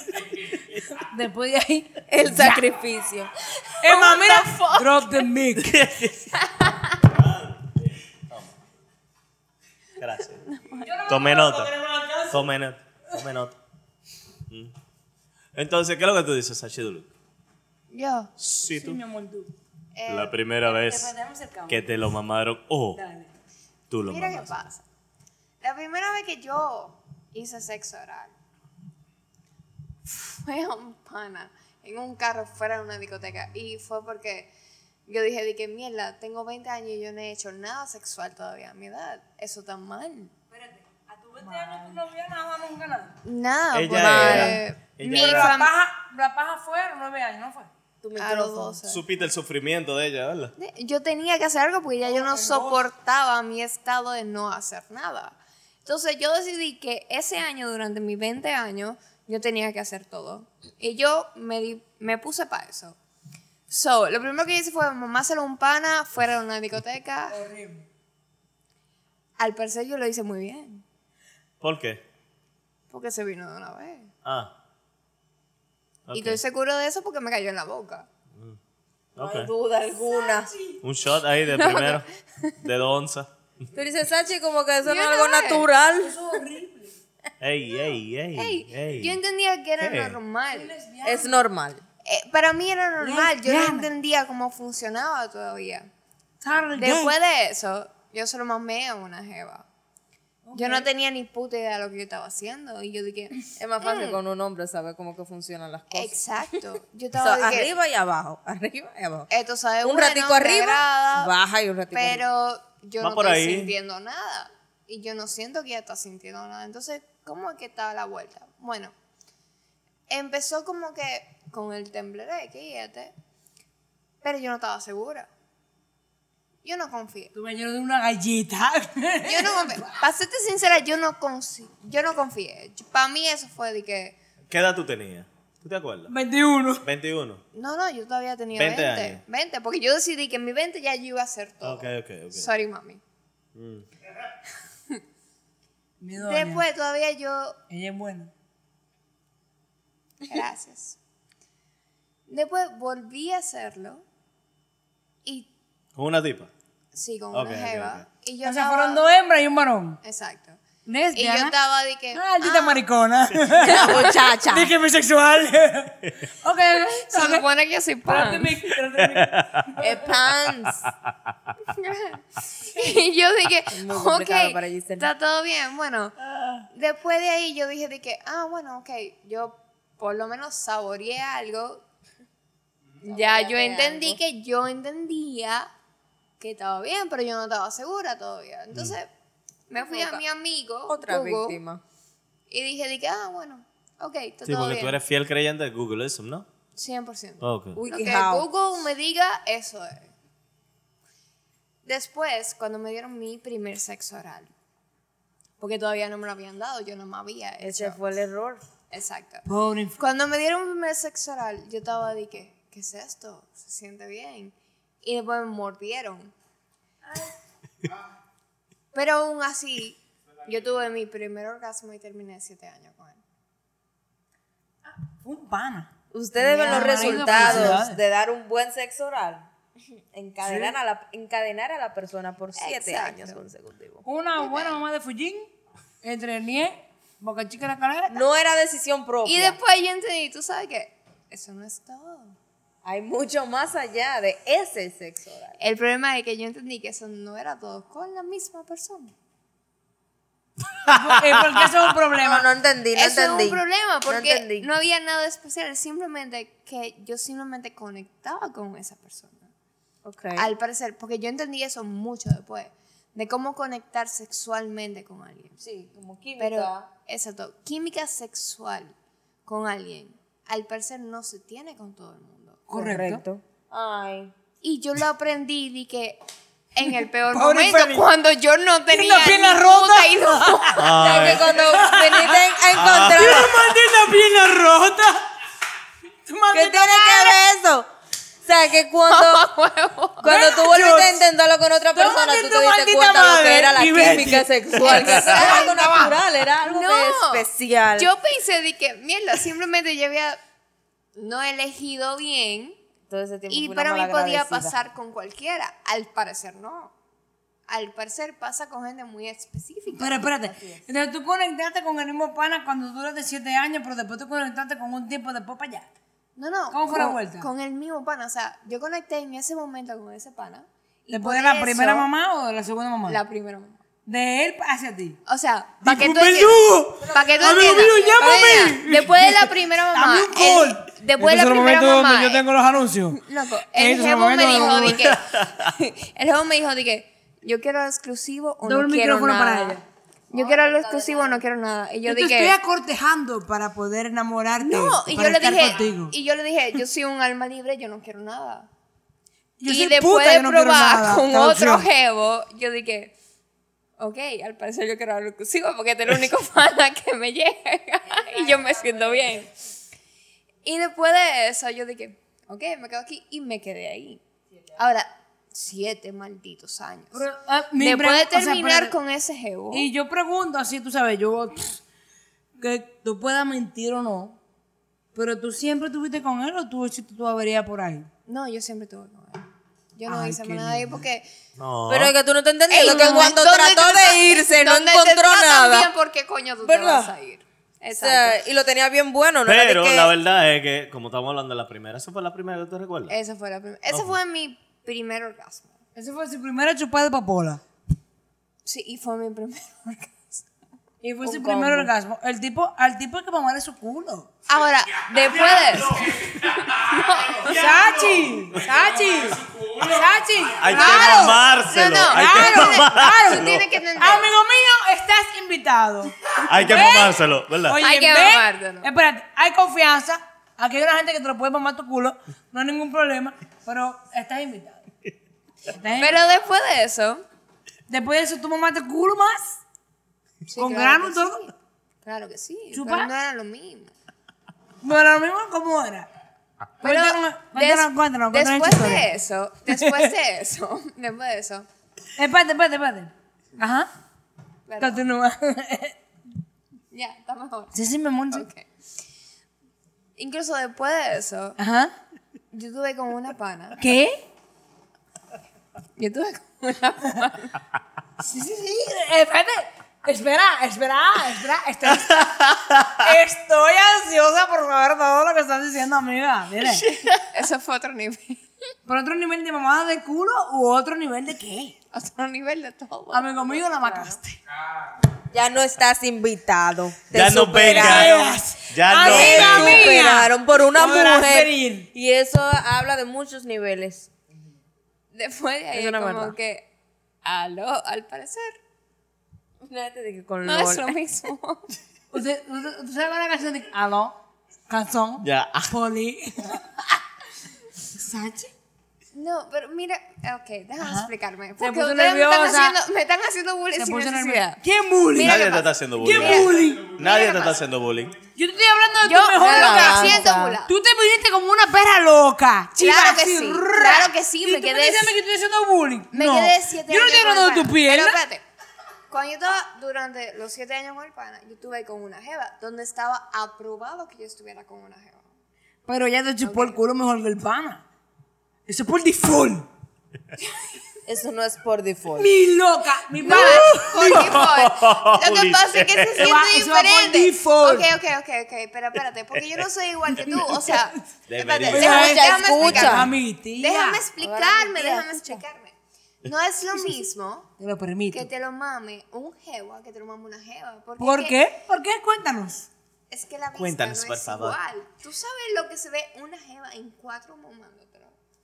C: Después de ahí,
D: el sacrificio.
C: Es más, mira, drop the mic.
B: Gracias. Tome nota. Tome nota. Tome nota. Mm. Entonces, ¿qué es lo que tú dices, Sachi Dulu?
A: Yo.
B: Sí, tú.
C: Mi amor, tú.
A: eh,
B: La primera vez
C: Dejamos el cambio.
B: que te lo mamaron o tú lo
A: Mira qué
B: mamaste.
A: pasa. La primera vez que yo hice sexo oral fue a un pana en un carro fuera de una discoteca y fue porque yo dije, de que mierda, tengo 20 años y yo no he hecho nada sexual todavía a mi edad. Eso está mal.
C: Espérate, a tu 20 años tú no había nada, nunca nada.
A: Nada,
B: Ella
A: porque
B: era- ella
A: mi
B: era-
C: La
A: familia
C: paja, la paja fue a los 9 años, ¿no fue?
D: Tu
A: a los
D: micrófono.
A: 12.
B: Supiste el sufrimiento de ella, ¿verdad?
A: De- Yo tenía que hacer algo porque ya yo no soportaba mi estado de no hacer nada. Entonces yo decidí que ese año, durante mis 20 años, yo tenía que hacer todo. Y yo me, di- me puse para eso. So, lo primero que hice fue mamárselo a un pana fuera de una discoteca.
C: Horrible.
A: Al parecer yo lo hice muy bien,
B: ¿Por qué?
A: porque se vino de una vez.
B: Ah.
A: Y estoy
B: Ok.
A: seguro de eso porque me cayó en la boca.
D: No hay
B: Ok.
D: duda alguna.
B: Un shot ahí de primero, de dos onzas.
D: Tú dices, Sachi, como que eso no
A: Yo
D: es
A: no
D: algo
A: sé.
D: natural.
B: Ey, ey, ey,
A: Ey,
B: ey.
A: Yo entendía que era
B: Ey.
A: normal.
D: Es normal.
A: Eh, para mí era normal. Yo no
C: Lesbiana.
A: entendía cómo funcionaba todavía.
C: Target.
A: Después de eso, yo solo mamé a una jeva. Yo no tenía ni puta idea de lo que yo estaba haciendo. Y yo dije,
D: Es más fácil con un hombre saber cómo que funcionan las cosas.
A: exacto. Yo
D: O
A: estaba
D: sea,
A: de que,
D: arriba y abajo, arriba y abajo.
A: Esto sabe
D: un
A: bueno,
D: ratico
A: me
D: arriba,
A: agrada,
D: baja y un ratico arriba.
A: Pero yo
B: Va
A: no
B: por
A: estoy
B: ahí.
A: sintiendo nada. Y yo no siento que ella está sintiendo nada. Entonces, ¿cómo es que estaba la vuelta? Bueno, empezó como que con el temblereque que este, pero yo no estaba segura. Yo no confié.
C: Tú me llenas de una galleta.
A: Yo no confié. Para serte sincera, yo no, consi- yo no confié. Para mí eso fue de que,
B: ¿Qué edad tú tenías? ¿Tú te acuerdas?
C: 21.
B: 21.
A: no, no, yo todavía tenía
B: 20
A: 20. 20,
B: años.
A: porque yo decidí que en mi 20 ya yo iba a hacer todo.
B: Ok, ok, ok.
A: Sorry, mami.
C: Mi doña.
A: Después todavía yo
C: Ella es buena.
A: Gracias. Después volví a hacerlo y
B: ¿Con una tipa?
A: sí, con
B: Ok, ok,
A: una jeva. Y yo
C: o sea,
A: estaba-
C: fueron dos hembras y un varón.
A: Exacto. Y yo
C: Lesbiana.
A: estaba de que...
C: Ah, maldita
A: ah,
C: maricona.
D: La muchacha.
C: Dije bisexual. ok,
A: se
C: ok.
A: supone que yo soy
C: Espérate,
A: pan.
C: mi- espérate, mi-
D: Es pants.
A: y yo dije,
D: muy complicado
A: ok,
D: para Giselle".
A: está todo bien. Bueno,
D: Ah.
A: después de ahí yo dije de que, ah, bueno, ok, yo por lo menos saboreé algo. Ya yo entendí que yo entendía que estaba bien, pero yo no estaba segura todavía.
D: Mm.
A: Entonces me fui a mi amigo,
D: Otra
A: Hugo,
D: víctima.
A: y dije de que, ah, bueno, ok, está
B: Sí,
A: todo
B: porque
A: bien.
B: tú eres fiel creyente de Google, eso, ¿no?
A: 100%.
B: Ok.
D: Uy,
A: Lo
D: qué
A: que
D: jao.
A: Google me diga, eso es. Después, cuando me dieron mi primer sexo oral, porque todavía no me lo habían dado, yo no me había hecho.
D: Ese fue el error.
A: Exacto.
C: Pobre inf-
A: Cuando me dieron mi primer sexo oral, yo estaba de que, ¿qué es esto? Se siente bien. Y después me mordieron. Pero aún así, yo tuve mi primer orgasmo y terminé siete años con él.
C: Fue un pana.
D: Ustedes ven los
C: marido,
D: resultados
C: felicidades.
D: de dar un buen sexo oral. Encadenar, a, la, encadenar a la persona por siete
A: Exacto.
D: años consecutivos.
C: Una buena mamá de Fujin. Entre Nie, Boca Chica y la Calera.
D: No era decisión propia.
A: Y después yo entendí, ¿tú sabes qué? Eso no es todo.
D: Hay mucho más allá de ese sexo oral.
A: El problema es que yo entendí que eso no era todo con la misma persona.
C: Eh, porque eso es un
D: No,
C: problema.
D: no entendí, no
A: Ah, eso
D: entendí.
A: es un problema porque
D: entendí.
A: no, había nada especial, simplemente que yo simplemente conectaba con esa persona.
D: Ok.
A: Al parecer, porque yo entendí eso mucho después, de cómo conectar sexualmente con alguien.
D: Sí, como química.
A: Pero, exacto, química sexual con alguien, al parecer no se tiene con todo el mundo.
C: Correcto.
D: Ay.
A: Y yo lo aprendí y que en el peor
C: Pobre
A: momento,
C: infeliz.
A: cuando yo no tenía
C: la pierna
A: ni
C: rota.
A: puta idea.
B: Ah,
D: Porque
B: eh.
D: cuando veniste a encontrar...
C: ¡Tiene maldita pierna rota! ¡Tu
D: ¿Qué tiene
C: maldita
D: que ver eso? O sea, que cuando, cuando tú volviste a intentarlo con otra persona,
C: Tómate
D: tú
C: tu
D: te diste
C: maldita
D: cuenta de lo que
C: madre
D: era la
C: y vete.
D: química sexual. Que eso era algo natural, era algo
A: No.
D: de especial.
A: Yo pensé de que, mierda, simplemente yo había no elegido bien
D: Todo ese tiempo
A: y
D: fui una
A: para mí podía
D: malagradecida.
A: pasar con cualquiera. Al parecer no. Al parecer pasa con gente muy específica.
C: Pero espérate, entonces tú conectaste con el mismo pana cuando duraste siete años, pero después tú conectaste con un tiempo después para allá.
A: No, no.
C: ¿Cómo fue la
A: con-
C: vuelta?
A: Con el mismo pana. O sea, yo conecté en ese momento con ese pana. y
C: ¿Después de
A: por
C: la
A: eso-
C: primera mamá o de la segunda mamá?
A: La primera mamá.
C: De él hacia ti.
A: O sea, para que tú
C: Disculpe,
A: entiendas. Para que tú
C: Amigo
A: entiendas.
C: mío,
A: pa' que
C: llámame.
A: entiendas, Después de la primera mamá.
C: Dame un
A: él-
C: call.
A: después de
C: Este es
A: la
C: el
A: primera
C: momento donde
A: mamá. eh.
C: yo tengo los anuncios.
A: Loco,
C: Este
A: el
C: es el
A: jevo me
C: momento
A: dijo
C: donde-
A: de que. El jevo me dijo de que. Yo quiero exclusivo o
C: Doble
A: no quiero
C: micrófono
A: nada.
C: para ella.
A: Yo quiero lo exclusivo o no quiero nada. Y yo
C: Yo te estoy
A: dije.
C: acortejando para poder enamorarte.
A: No, y
C: para
A: yo le
C: estar
A: dije.
C: contigo.
A: Y yo le dije, yo soy un alma libre, yo no quiero nada.
C: Yo
A: y
C: soy
A: después
C: puta,
A: de
C: yo no quiero
A: probar
C: nada.
A: con
C: Traducción.
A: otro jevo, yo dije. Ok, al parecer yo quiero algo exclusivo porque este es el único pana que me llega y yo me siento bien. Y después de eso yo dije, ok, me quedo aquí y me quedé ahí. Ahora, siete malditos años.
C: Pero, ah, mi
A: Después de
C: pregu- o sea,
A: terminar
C: espérate.
A: con ese jevo.
C: Y yo pregunto, así tú sabes, yo. pff, Que tú puedas mentir o no. Pero tú siempre estuviste con él o tú hiciste tu avería por ahí.
A: No, yo siempre tuve con él. Yo no hice nada ahí porque.
B: No.
D: Pero es que tú no te entendiendo
A: Ey,
D: que
A: no,
D: cuando
A: ¿dónde
D: trató
A: te tra-
D: de irse no
A: dónde te
D: encontró
A: tratan bien,
D: nada.
A: ¿Por qué coño tú te
D: ¿Verdad?
A: vas a ir?
D: O
A: Exacto.
D: sea, y lo tenía bien bueno, ¿no? era de
B: Pero
D: que-
B: la verdad es que, como estamos hablando de la primera, esa fue la primera que tú recuerdas.
A: Esa fue la primera. Ese fue mi primer orgasmo.
C: Ese fue su primera chupada de papola.
A: Sí, y fue mi primer orgasmo.
C: Y fue su primer orgasmo. El tipo, al tipo hay que mamarle su culo.
A: Ahora, después de eso.
C: ¡Sachi! ¡Sachi! ¡Sachi!
B: hay que
C: ¡Claro!
B: mamárselo.
A: No, no,
B: hay que
A: claro, claro,
B: mamárselo.
A: tú tienes que entender.
C: Amigo mío, estás invitado.
B: Hay que
C: ¿Ves?
B: mamárselo, ¿verdad?
C: Oye,
A: Hay que
C: ve,
A: mamártelo.
C: Espérate, hay confianza. Aquí hay una gente que te lo puede mamar tu culo. No hay ningún problema. Pero estás invitado. Estás invitado.
A: Pero después de eso.
C: Después de eso, tú mamaste culo más.
A: sí,
C: con
A: claro
C: grano y
A: que
C: todo.
A: sí. Claro que sí.
C: Chupa.
A: Pero no era lo mismo.
C: No era lo mismo como era.
A: Pero
C: Cuéntanos,
A: des-
C: cuéntanos, cuéntanos, cuéntanos
A: después
C: historia.
A: de eso, después de eso, después de eso,
C: Espérate, espérate, espérate. Ajá.
A: pero-
C: Continúa.
A: ya, está mejor.
C: sí, sí, me monto.
A: Ok. Incluso después de eso,
C: Ajá.
A: yo tuve como una pana.
C: ¿Qué?
D: ¿Eh?
A: Yo tuve como una pana.
C: Sí, sí, sí. Eh, Espérate. Espera, espera, espera. Estoy, estoy ansiosa por saber todo lo que estás diciendo, amiga. Mire.
A: Eso fue otro nivel.
C: ¿Por otro nivel de mamada de culo u otro nivel de qué?
A: Otro nivel de todo.
C: Amigo mío, la mataste.
D: Ya no estás invitado. Te
B: Ya no
D: superaron.
B: vengas. Ya no
D: Te
C: Amiga
B: vengas.
C: mía.
D: superaron por una
C: Podrás
D: mujer.
C: venir.
D: Y eso habla de muchos niveles.
A: Después de ahí,
D: Eso no es
A: como
D: verdad.
A: que, aló, al parecer,
D: Nadie te dice con
A: no
D: LOL.
A: es lo mismo.
C: ¿Usted, usted, usted sabe la canción de Aló? Canción.
B: Ya.
C: Poli. ¿Sachi?
A: No, pero mira, ah, ok, déjame explicarme.
C: Se
A: Porque
C: puso
A: ustedes me están,
C: nerviosa.
A: haciendo, me están haciendo bullying sin necesidad.
C: ¿Quién bullying?
A: Mira
B: Nadie
A: qué
B: te está
A: pasa.
B: haciendo
C: ¿Quién
B: bullying.
A: Mira.
C: bullying?
B: Nadie
A: Mira
B: te
A: qué
B: está
A: pasa.
B: haciendo bullying.
C: Yo te estoy hablando de
A: Yo
C: tu mejor
A: me
C: orgasmo.
A: siento burlada.
C: Tú te viniste como una perra loca. chica,
A: Claro que
C: así,
A: sí,
C: rrra.
A: claro que sí,
C: Y
A: me
C: tú
A: quedé-
C: me dices a mí que estoy haciendo bullying.
A: Me
C: no.
A: quedé siete
C: Yo no
A: años con
C: estoy
A: el
C: hablando de tu
A: pana.
C: pierna.
A: Pero espérate. Cuando yo estaba durante los siete años con el pana, yo estuve con una jeva donde estaba aprobado que yo estuviera con una jeva.
C: Pero ella te chupó el culo mejor que el pana. Eso es por default.
D: Eso no es por default.
C: Mi loca, mi pana.
A: Por default. Lo que
B: Holy
A: pasa es que se
B: shit.
A: siente
C: Eso va- eso va por
A: diferente.
C: default.
A: Ok, ok, ok, ok. Pero espérate, porque yo no soy igual que tú. O sea, espérate,
B: Debería.
A: déjame,
D: Escucha,
A: déjame
D: escucha.
A: explicarme.
C: A mi tía.
A: Déjame
D: Ahora mi
A: explicarme,
D: tía,
A: déjame explicarme. No es lo mismo
C: Te lo permito.
A: que te lo mame un jeva que te lo mame una jeva. Porque
C: ¿Por
A: es que-
C: qué? ¿Por qué? Cuéntanos.
A: Es que la vista
B: Cuéntanos,
A: no
B: por
A: es
B: favor.
A: igual. Tú sabes lo que se ve una jeva en cuatro mamándotelo.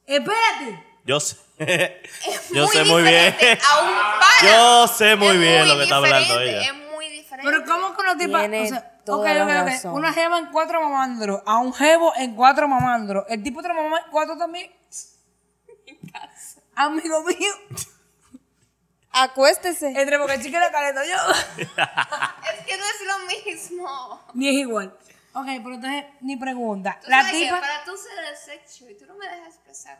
C: Espérate.
B: Yo sé.
A: Es
B: Yo sé
A: muy
B: muy bien.
A: diferente A un pana.
B: Yo sé muy
A: Es
B: bien
A: muy
B: lo que está hablando
A: diferente,
B: ella.
A: Es muy diferente.
C: Pero ¿cómo con los tipos?
D: Tiene toda
C: ok,
D: la
C: ok, ok.
D: razón.
C: Una jeva en cuatro mamandros. A un jevo en cuatro mamandros. El tipo te lo mamá en cuatro también. Amigo mío.
D: Acuéstese.
C: Entre porque chica y la caleta yo.
A: Es que no es lo mismo.
C: Ni es igual. Ok, pero entonces, ni pregunta.
A: Tú
C: La
A: sabes que
C: tipa.
A: para tú ser el sexo y tú no me dejas expresar.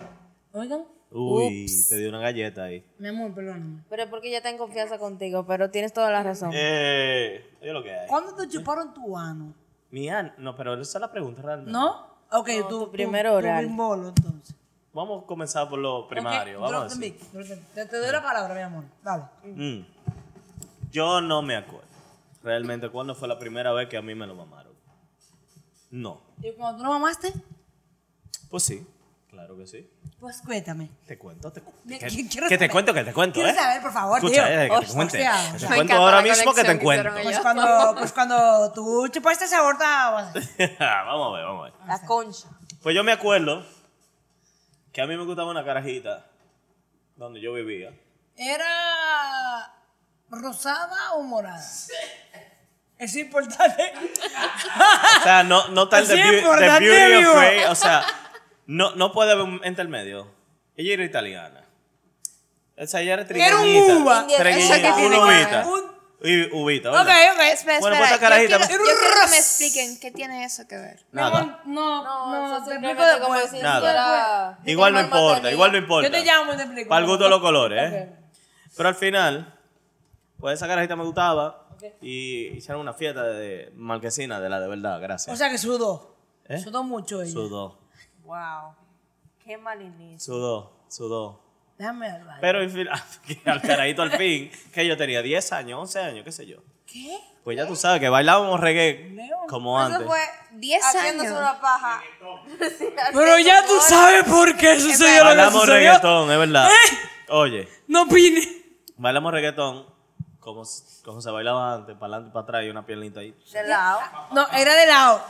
C: Oigan, Uh,
B: Uy, Eh. te dio una galleta ahí.
C: mi amor, perdóname.
D: Pero porque ya está en confianza contigo, pero tienes toda la razón.
B: Eh, oye lo que hay.
C: ¿Cuándo te chuparon tu ano?
B: Mi an- no, pero esa es la pregunta realmente.
C: ¿No? Ok,
D: No,
C: tú.
D: tu primer
C: tú-
D: oral.
C: Tu bimbolo, entonces.
B: Vamos a comenzar por lo primario.
C: Ok,
B: Vamos a
C: drop the
B: decir.
C: mic, drop the mic. Te, te doy la palabra, mi amor. Dale.
B: Mm. Yo no me acuerdo realmente cuándo fue la primera vez que a mí me lo mamaron. No.
C: ¿Y cuando tú lo mamaste?
B: Pues sí, claro que sí.
C: Pues cuéntame.
B: Te cuento, te cuento.
C: Me-
B: Que,
C: qui-
B: que
C: quiero
B: te
C: saber.
B: cuento, que te cuento,
C: Quiero
B: ¿eh?
C: saber, por favor,
B: Escucha,
C: tío.
B: eh, que te
C: Hostia.
B: cuente. Que te
A: Me
B: cuento
A: encanta
B: ahora
A: la
B: mismo que te
A: conexión que
B: cuento.
A: hicieron
C: Pues cuando, pues cuando tú este chupaste esa aborta,
B: vamos a ver, vamos a ver.
D: La concha.
B: Pues yo me acuerdo que a mí me gustaba una carajita donde yo vivía.
C: ¿era rosada o morada? Es importante.
B: O sea, no, no tal
C: Es
B: de, beau- de
C: importante,
B: Beauty
C: amigo.
B: of Grey. O sea, no, no puede haber un intermedio. Ella era italiana. O sea, ella era
C: Era un
B: trigueñita.
C: uva.
A: Eso
B: Trigueñita,
A: que tiene
B: una
A: que
B: uvita.
C: ver.
B: Y uvita,
C: ok,
B: ¿verdad?
C: ok.
A: Espera,
B: Bueno,
A: espera.
B: pues esta
A: yo,
B: carajita-
A: quiero, yo quiero que me expliquen qué tiene eso que ver.
C: Mi amor,
B: Nada.
C: No, no,
D: eso
C: te
D: simplemente
C: explico
D: como
C: después.
D: si
B: Nada.
D: fuera-
B: Igual no
D: de forma
B: importa,
D: maternal.
B: igual no importa.
C: Yo te llamo y te explico.
B: Para el gusto de los colores, ¿eh? Pero al final, pues esa carajita me gustaba. Y hicieron una fiesta de marquesina, de la de verdad,
C: O
B: gracias.
C: sea que sudó.
B: ¿Eh?
C: Sudó mucho ella.
B: Sudó.
C: Wow.
D: Qué mal inicio.
B: Sudó, sudó.
C: Déjame al baño.
B: Pero al fin- al caradito al fin, que yo tenía 10 años, 11 años, qué sé yo.
C: ¿Qué?
B: Pues ya tú sabes que bailábamos reggae como antes.
D: Eso fue
A: 10
D: haciéndose
A: años.
D: una paja. Sí,
C: Pero ya tú
D: haciéndose-
C: sabes por qué sucedió lo que
B: Bailamos
C: sucedió. ¿Eh?
B: reggaetón, es verdad. Oye,
C: No opine.
B: bailamos reggaetón como, s- como se bailaba antes, para adelante y para atrás y una piernita ahí.
D: De lado.
C: No, era de lado.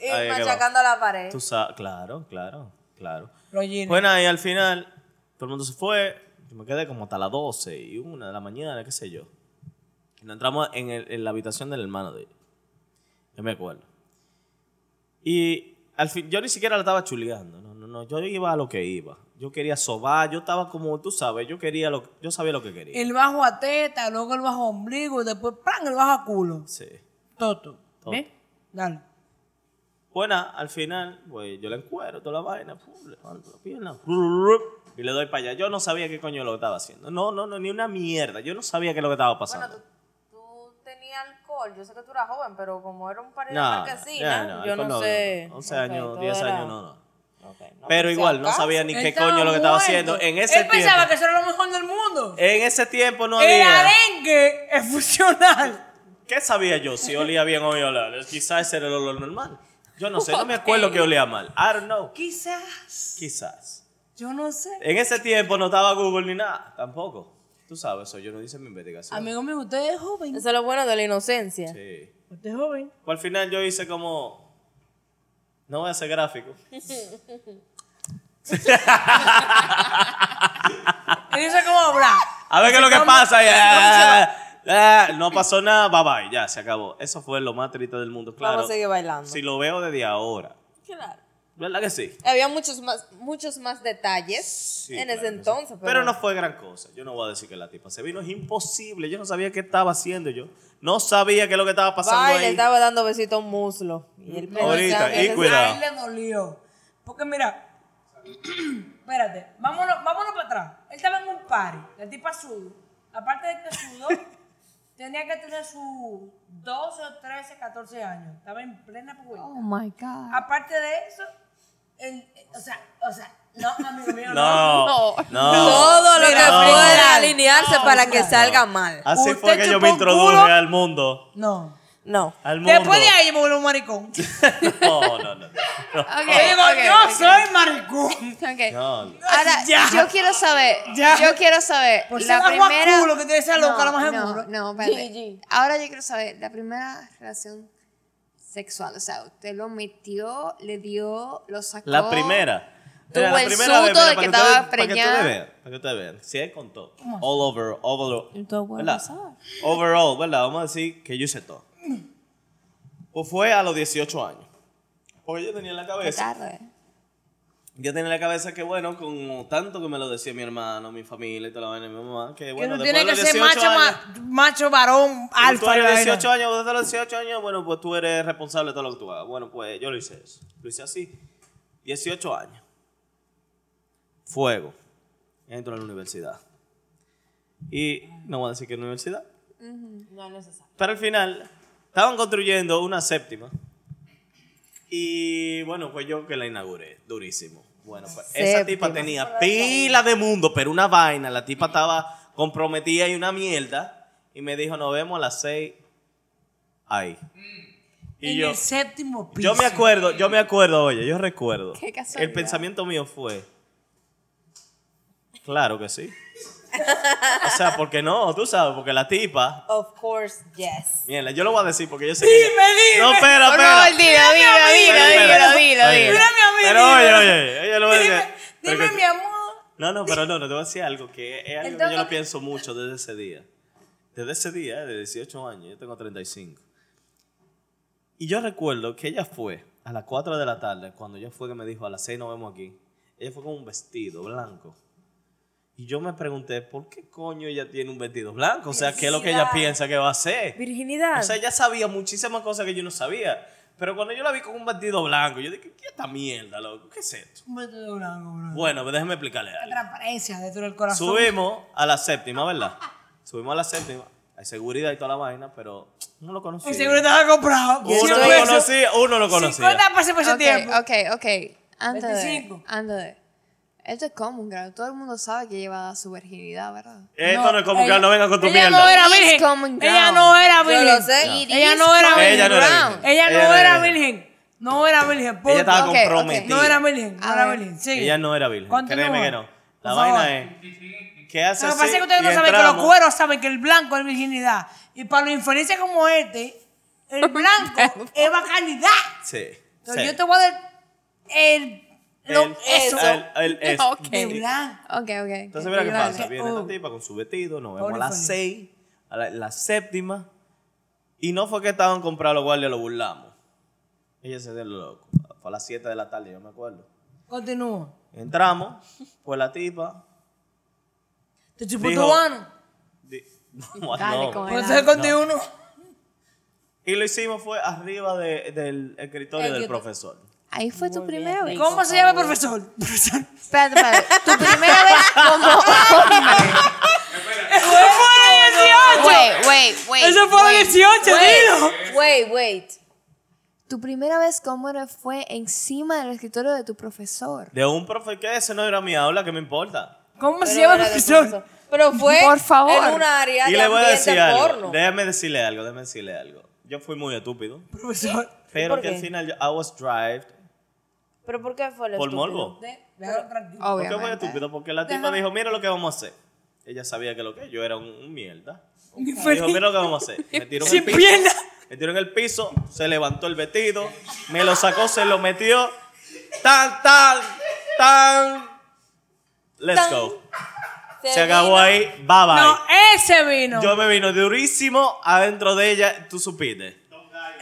D: Y
B: Ahí que va.
D: machacando la pared.
B: Tú sabes, claro, claro, claro.
C: Lo llené.
B: Bueno, y al final, todo el mundo se fue. Yo me quedé como hasta las 12 y 1 de la mañana, qué sé yo. Y nos entramos en, el- en la habitación del hermano de ella. Yo me acuerdo. Y al fin, yo ni siquiera la estaba chuleando. No, no, no. Yo iba a lo que iba. Yo quería sobar. Yo estaba como, tú sabes, yo quería lo, yo sabía lo que quería.
C: el bajo a teta, luego el bajo a ombligo, y después ¡plan! el bajo a culo.
B: Sí.
C: Toto.
B: Toto.
C: ¿Ves? Dale.
B: Bueno, al final, pues yo le encuero toda la vaina, pum, levanto la pierna, brrr, y le doy para allá. Yo no sabía qué coño lo estaba haciendo. No, no, no, ni una mierda. Yo no sabía qué es lo que estaba pasando.
D: Bueno, tú, tú tenías alcohol. Yo sé que tú eras joven, pero como era un par de
B: No,
D: marquesina,
B: no, no,
D: yo
B: alcohol
D: no, sé.
B: 11
D: Ok,
B: años,
D: todo
B: 10
D: era-
B: años, no, no.
D: ok, no,
B: Pero
D: si
B: igual, no
D: acaso.
B: sabía ni qué
C: Estaba
B: coño lo que estaba
C: muerto.
B: haciendo. En ese
C: Él pensaba
B: tiempo,
C: que eso era lo mejor del mundo.
B: en ese tiempo no
C: el
B: había.
C: arengue es funcional.
B: ¿Qué sabía yo? Si olía bien o olía Quizás ese era el olor normal. Yo no sé, no me acuerdo que olía mal. I don't know.
C: Quizás.
B: Quizás.
C: Yo no sé.
B: En ese tiempo no estaba Google ni nada, tampoco. Tú sabes eso, yo no hice mi investigación.
C: Amigo mío, usted es joven.
D: Eso es lo bueno de la inocencia.
B: Sí.
C: Usted es joven.
B: Pues al final yo hice como. No voy a hacer gráfico.
C: Él dice cómo hablar.
B: A ver qué es lo que
C: Estamos-
B: pasa. y,
C: estamos-
B: ah, ah, no pasó nada, bye bye, ya se acabó. Eso fue lo más triste del mundo, claro.
D: Vamos a seguir bailando.
B: Si lo veo desde ahora,
D: Claro.
B: ¿verdad que sí?
D: Había muchos más, muchos más detalles
B: Sí,
D: en
B: claro
D: ese
B: que sí.
D: entonces. Pero,
B: Pero no fue gran cosa. Yo no voy a decir que la tipa se vino, es imposible. Yo no sabía qué estaba haciendo yo. No sabía qué es lo que estaba pasando
D: Ay, le
B: ahí.
D: estaba dando besitos a un muslo. Y él pensaba
B: Ahorita,
D: que
B: y
D: era-
B: cuidado.
C: A él le dolió. Porque mira, espérate, vámonos, vámonos para atrás. Él estaba en un party, la tipa sudó. Aparte de que sudó, tenía que tener sus 12, 13, 14 años. Estaba en plena pubertad.
A: Oh my God.
C: Aparte de eso, él- o sea, o sea, no, amigo mío, no.
B: No, no.
D: Todo lo que
C: Mira, no.
D: pueda alinearse para que
B: No. Ah.
D: salga mal.
B: Así fue
C: Usted
B: que yo
C: chupó
B: me
C: un culo.
B: introduje al mundo.
C: No.
D: No.
B: Al mundo.
C: Después de ahí yo me volví un maricón.
B: no, no, no. no.
A: Ok,
C: Yo digo,
A: ok,
C: yo
A: ok.
C: soy maricón.
A: Ok.
B: No, no.
A: Ahora,
C: Ya.
A: yo quiero saber,
C: Ya.
A: yo quiero saber,
C: Por ser
A: la
C: agua
A: primera...
C: culo que tiene esa loca, la más
A: no,
C: seguro.
A: no, espérate.
D: GG.
A: Ahora yo quiero saber, la primera relación sexual, o sea, usted lo metió, le dio, lo sacó.
B: La primera.
A: Tuvo
B: la
A: el
B: primera vez,
A: susto de
B: mira,
A: que
B: para
A: estaba
B: ustedes- Para
A: preñada.
B: que ustedes vean, para que ustedes vean. Sí, él contó. All over, overall.
A: Entonces, bueno,
B: ¿Verdad?
A: sabe.
B: Overall, ¿verdad? Vamos a decir que yo hice todo. Pues fue a los 18 años. Porque yo tenía en la cabeza.
A: Tarde.
B: Yo tenía en la cabeza que, bueno, con tanto que me lo decía mi hermano, mi familia y toda la vaina de mi mamá, que
C: Que
B: bueno,
C: no
B: después
C: tiene
B: de
C: que
B: los
C: ser
B: 18
C: macho,
B: años,
C: ma- macho varón
B: Tú
C: alfa.
B: a
C: y
B: los
C: vaina.
B: 18 años, vos a los 18 años, bueno, pues tú eres responsable de todo lo que tú hagas. Bueno, pues yo lo hice eso. Lo hice así. 18 años. Fuego. Entro a la universidad. Y no voy a decir que universidad.
D: No es necesario.
B: Pero al final, estaban construyendo una séptima. Y bueno, fue yo que la inauguré, durísimo. Bueno, pues esa
D: Séptima.
B: tipa tenía pila de mundo, pero una vaina. La tipa estaba comprometida y una mierda. Y me dijo, nos vemos a las seis ahí. Y
C: en
B: yo,
C: el séptimo piso.
B: yo me acuerdo, yo me acuerdo, oye, yo recuerdo.
A: Qué casualidad.
B: El pensamiento mío fue, claro que sí. O sea, porque no, tú sabes, porque la tipa
D: Of course, yes.
B: Mira, yo lo voy a decir porque yo sé
C: Dime,
B: que...
C: dime.
B: No, espera,
A: Por
B: espera.
A: favor, dilo, dilo,
B: Espera, espera.
A: dilo, dilo,
B: Oye,
A: dilo.
C: Mírame a mí,
B: Pero oye,
C: dime.
B: oye, oye, yo lo voy a decir.
C: Dime, dime
B: Porque-
C: mi amor.
B: No, no, pero no, no, te voy a decir algo que es algo que
C: Entonces-
B: yo lo pienso mucho desde ese día. Desde ese día, eh, de 18 años, yo tengo 35. Y yo recuerdo que ella fue a las 4 de la tarde, cuando ella fue que me dijo, a las 6 nos vemos aquí. Ella fue con un vestido blanco. Y yo me pregunté, ¿por qué coño ella tiene un vestido blanco? O sea, ¿qué es lo que ella
D: Felicidad.
B: piensa que va a hacer?
D: Virginidad.
B: O sea, ella sabía muchísimas cosas que yo no sabía. Pero cuando yo la vi con un vestido blanco, yo dije, ¿qué es esta mierda, loco? ¿Qué es esto?
C: Un vestido blanco, bro.
B: Bueno, pues déjeme explicarle algo.
C: Transparencia dentro del corazón.
B: Subimos a la séptima, ¿verdad? Subimos a la séptima. Hay seguridad y toda la vaina, pero no lo conocí.
C: El seguro estaba comprado.
B: Uno
C: Cinco
B: lo
C: pesos.
B: conocí, uno lo
C: 50
B: conocía.
C: pesos por ese
A: Ok,
C: tiempo.
A: ok, ok. antes de,
C: 25.
A: antes de. Esto es común, claro. Todo el mundo sabe que lleva su virginidad, ¿verdad?
B: Esto no, es como que no venga con tu
C: ella
B: mierda.
C: No era
A: It's
C: virgen.
A: coming
C: Ella
A: down.
C: no era virgen.
D: lo sé.
A: It
C: Ella
A: is
C: no era
A: coming
C: virgen.
B: Ella no era
A: round.
B: virgen.
C: Ella
B: Ella
C: no era
B: virgen.
C: virgen. No era virgen. punto.
B: Ella estaba
A: Ok, ok.
B: comprometida.
C: No era virgen. No
A: A
C: era
A: ver.
C: virgen. Sí.
B: Ella no era virgen.
C: Continúa.
B: Créeme que no. La
C: Por
B: vaina
C: favor.
B: es. ¿Qué hace
C: Lo que pasa
B: así
C: es que ustedes no
B: y
C: saben que los
B: entramos.
C: cueros saben que el blanco es virginidad. Y para los infelices como este, el blanco es bacanidad.
B: Sí.
C: Entonces
B: sí.
C: yo te voy a dar el, lo-
B: El-
C: eso.
B: el- el- eso.
A: Ok.
C: de blanco.
A: Ok, ok.
B: Entonces mira qué
C: Claro.
B: pasa. Viene
C: Oh.
B: esta tipa con su vestido, nos vemos a
C: Pobre
B: las
C: Fanny.
B: 6, a la, la séptima. Y no fue que estaban comprados los guardias, lo burlamos. Ella se dio lo loco. Fue a las 7 de la tarde, yo me acuerdo.
C: Continúa.
B: Entramos, pues la tipa.
C: Te chupó
B: Dijo-
C: tu mano.
B: di- no,
A: Dale,
B: no.
A: con
C: Pues
A: Adelante.
C: el continuo.
B: Y lo hicimos fue arriba de- del escritorio del profesor.
A: Ahí fue tu primera vez.
C: ¿Cómo se llama el profesor? Profesor.
A: Espérate, espérate. Tu primera vez como hombre.
C: ¡Fue
A: Wait, wait, wait.
C: Eso fue a
A: wait.
C: los 18, dilo.
D: Wait, wait.
A: Tu primera vez como hombre fue encima del escritorio de tu profesor.
B: De un profe que ese no era mi aula, que me importa.
C: ¿Cómo se
D: Pero
C: llama el
D: era de
C: profesor?
D: profesor. Pero fue
A: Por favor.
D: en un área
B: Y
D: de
B: le voy a
D: ambiente
B: decir algo.
D: porno.
B: Déjame decirle algo, déjame decirle algo. Yo fui muy estúpido.
C: Profesor.
B: Pero
D: por
B: que al
D: qué?
B: final yo, I was drived.
D: ¿Pero por qué fue el
B: Por
D: estúpido?
B: morbo.
C: Déjalo tranquilo.
B: ¿Por qué
A: Obviamente.
B: fue estúpido? Porque la tipa dijo, mira lo que vamos a hacer. Ella sabía que lo que yo era un, un mierda.
C: Un
B: Dijo, mira
C: infeliz.
B: lo que vamos a hacer. Me tiró en el
C: Sin
B: piso.
C: pierna.
B: Me tiró en el piso, se levantó el vestido, me lo sacó, se lo metió. Tan, tan, tan. Let's go. Se acabó ahí. Bye
C: No,
B: bye.
C: ese vino.
B: Yo me vino durísimo adentro de ella, tú supiste.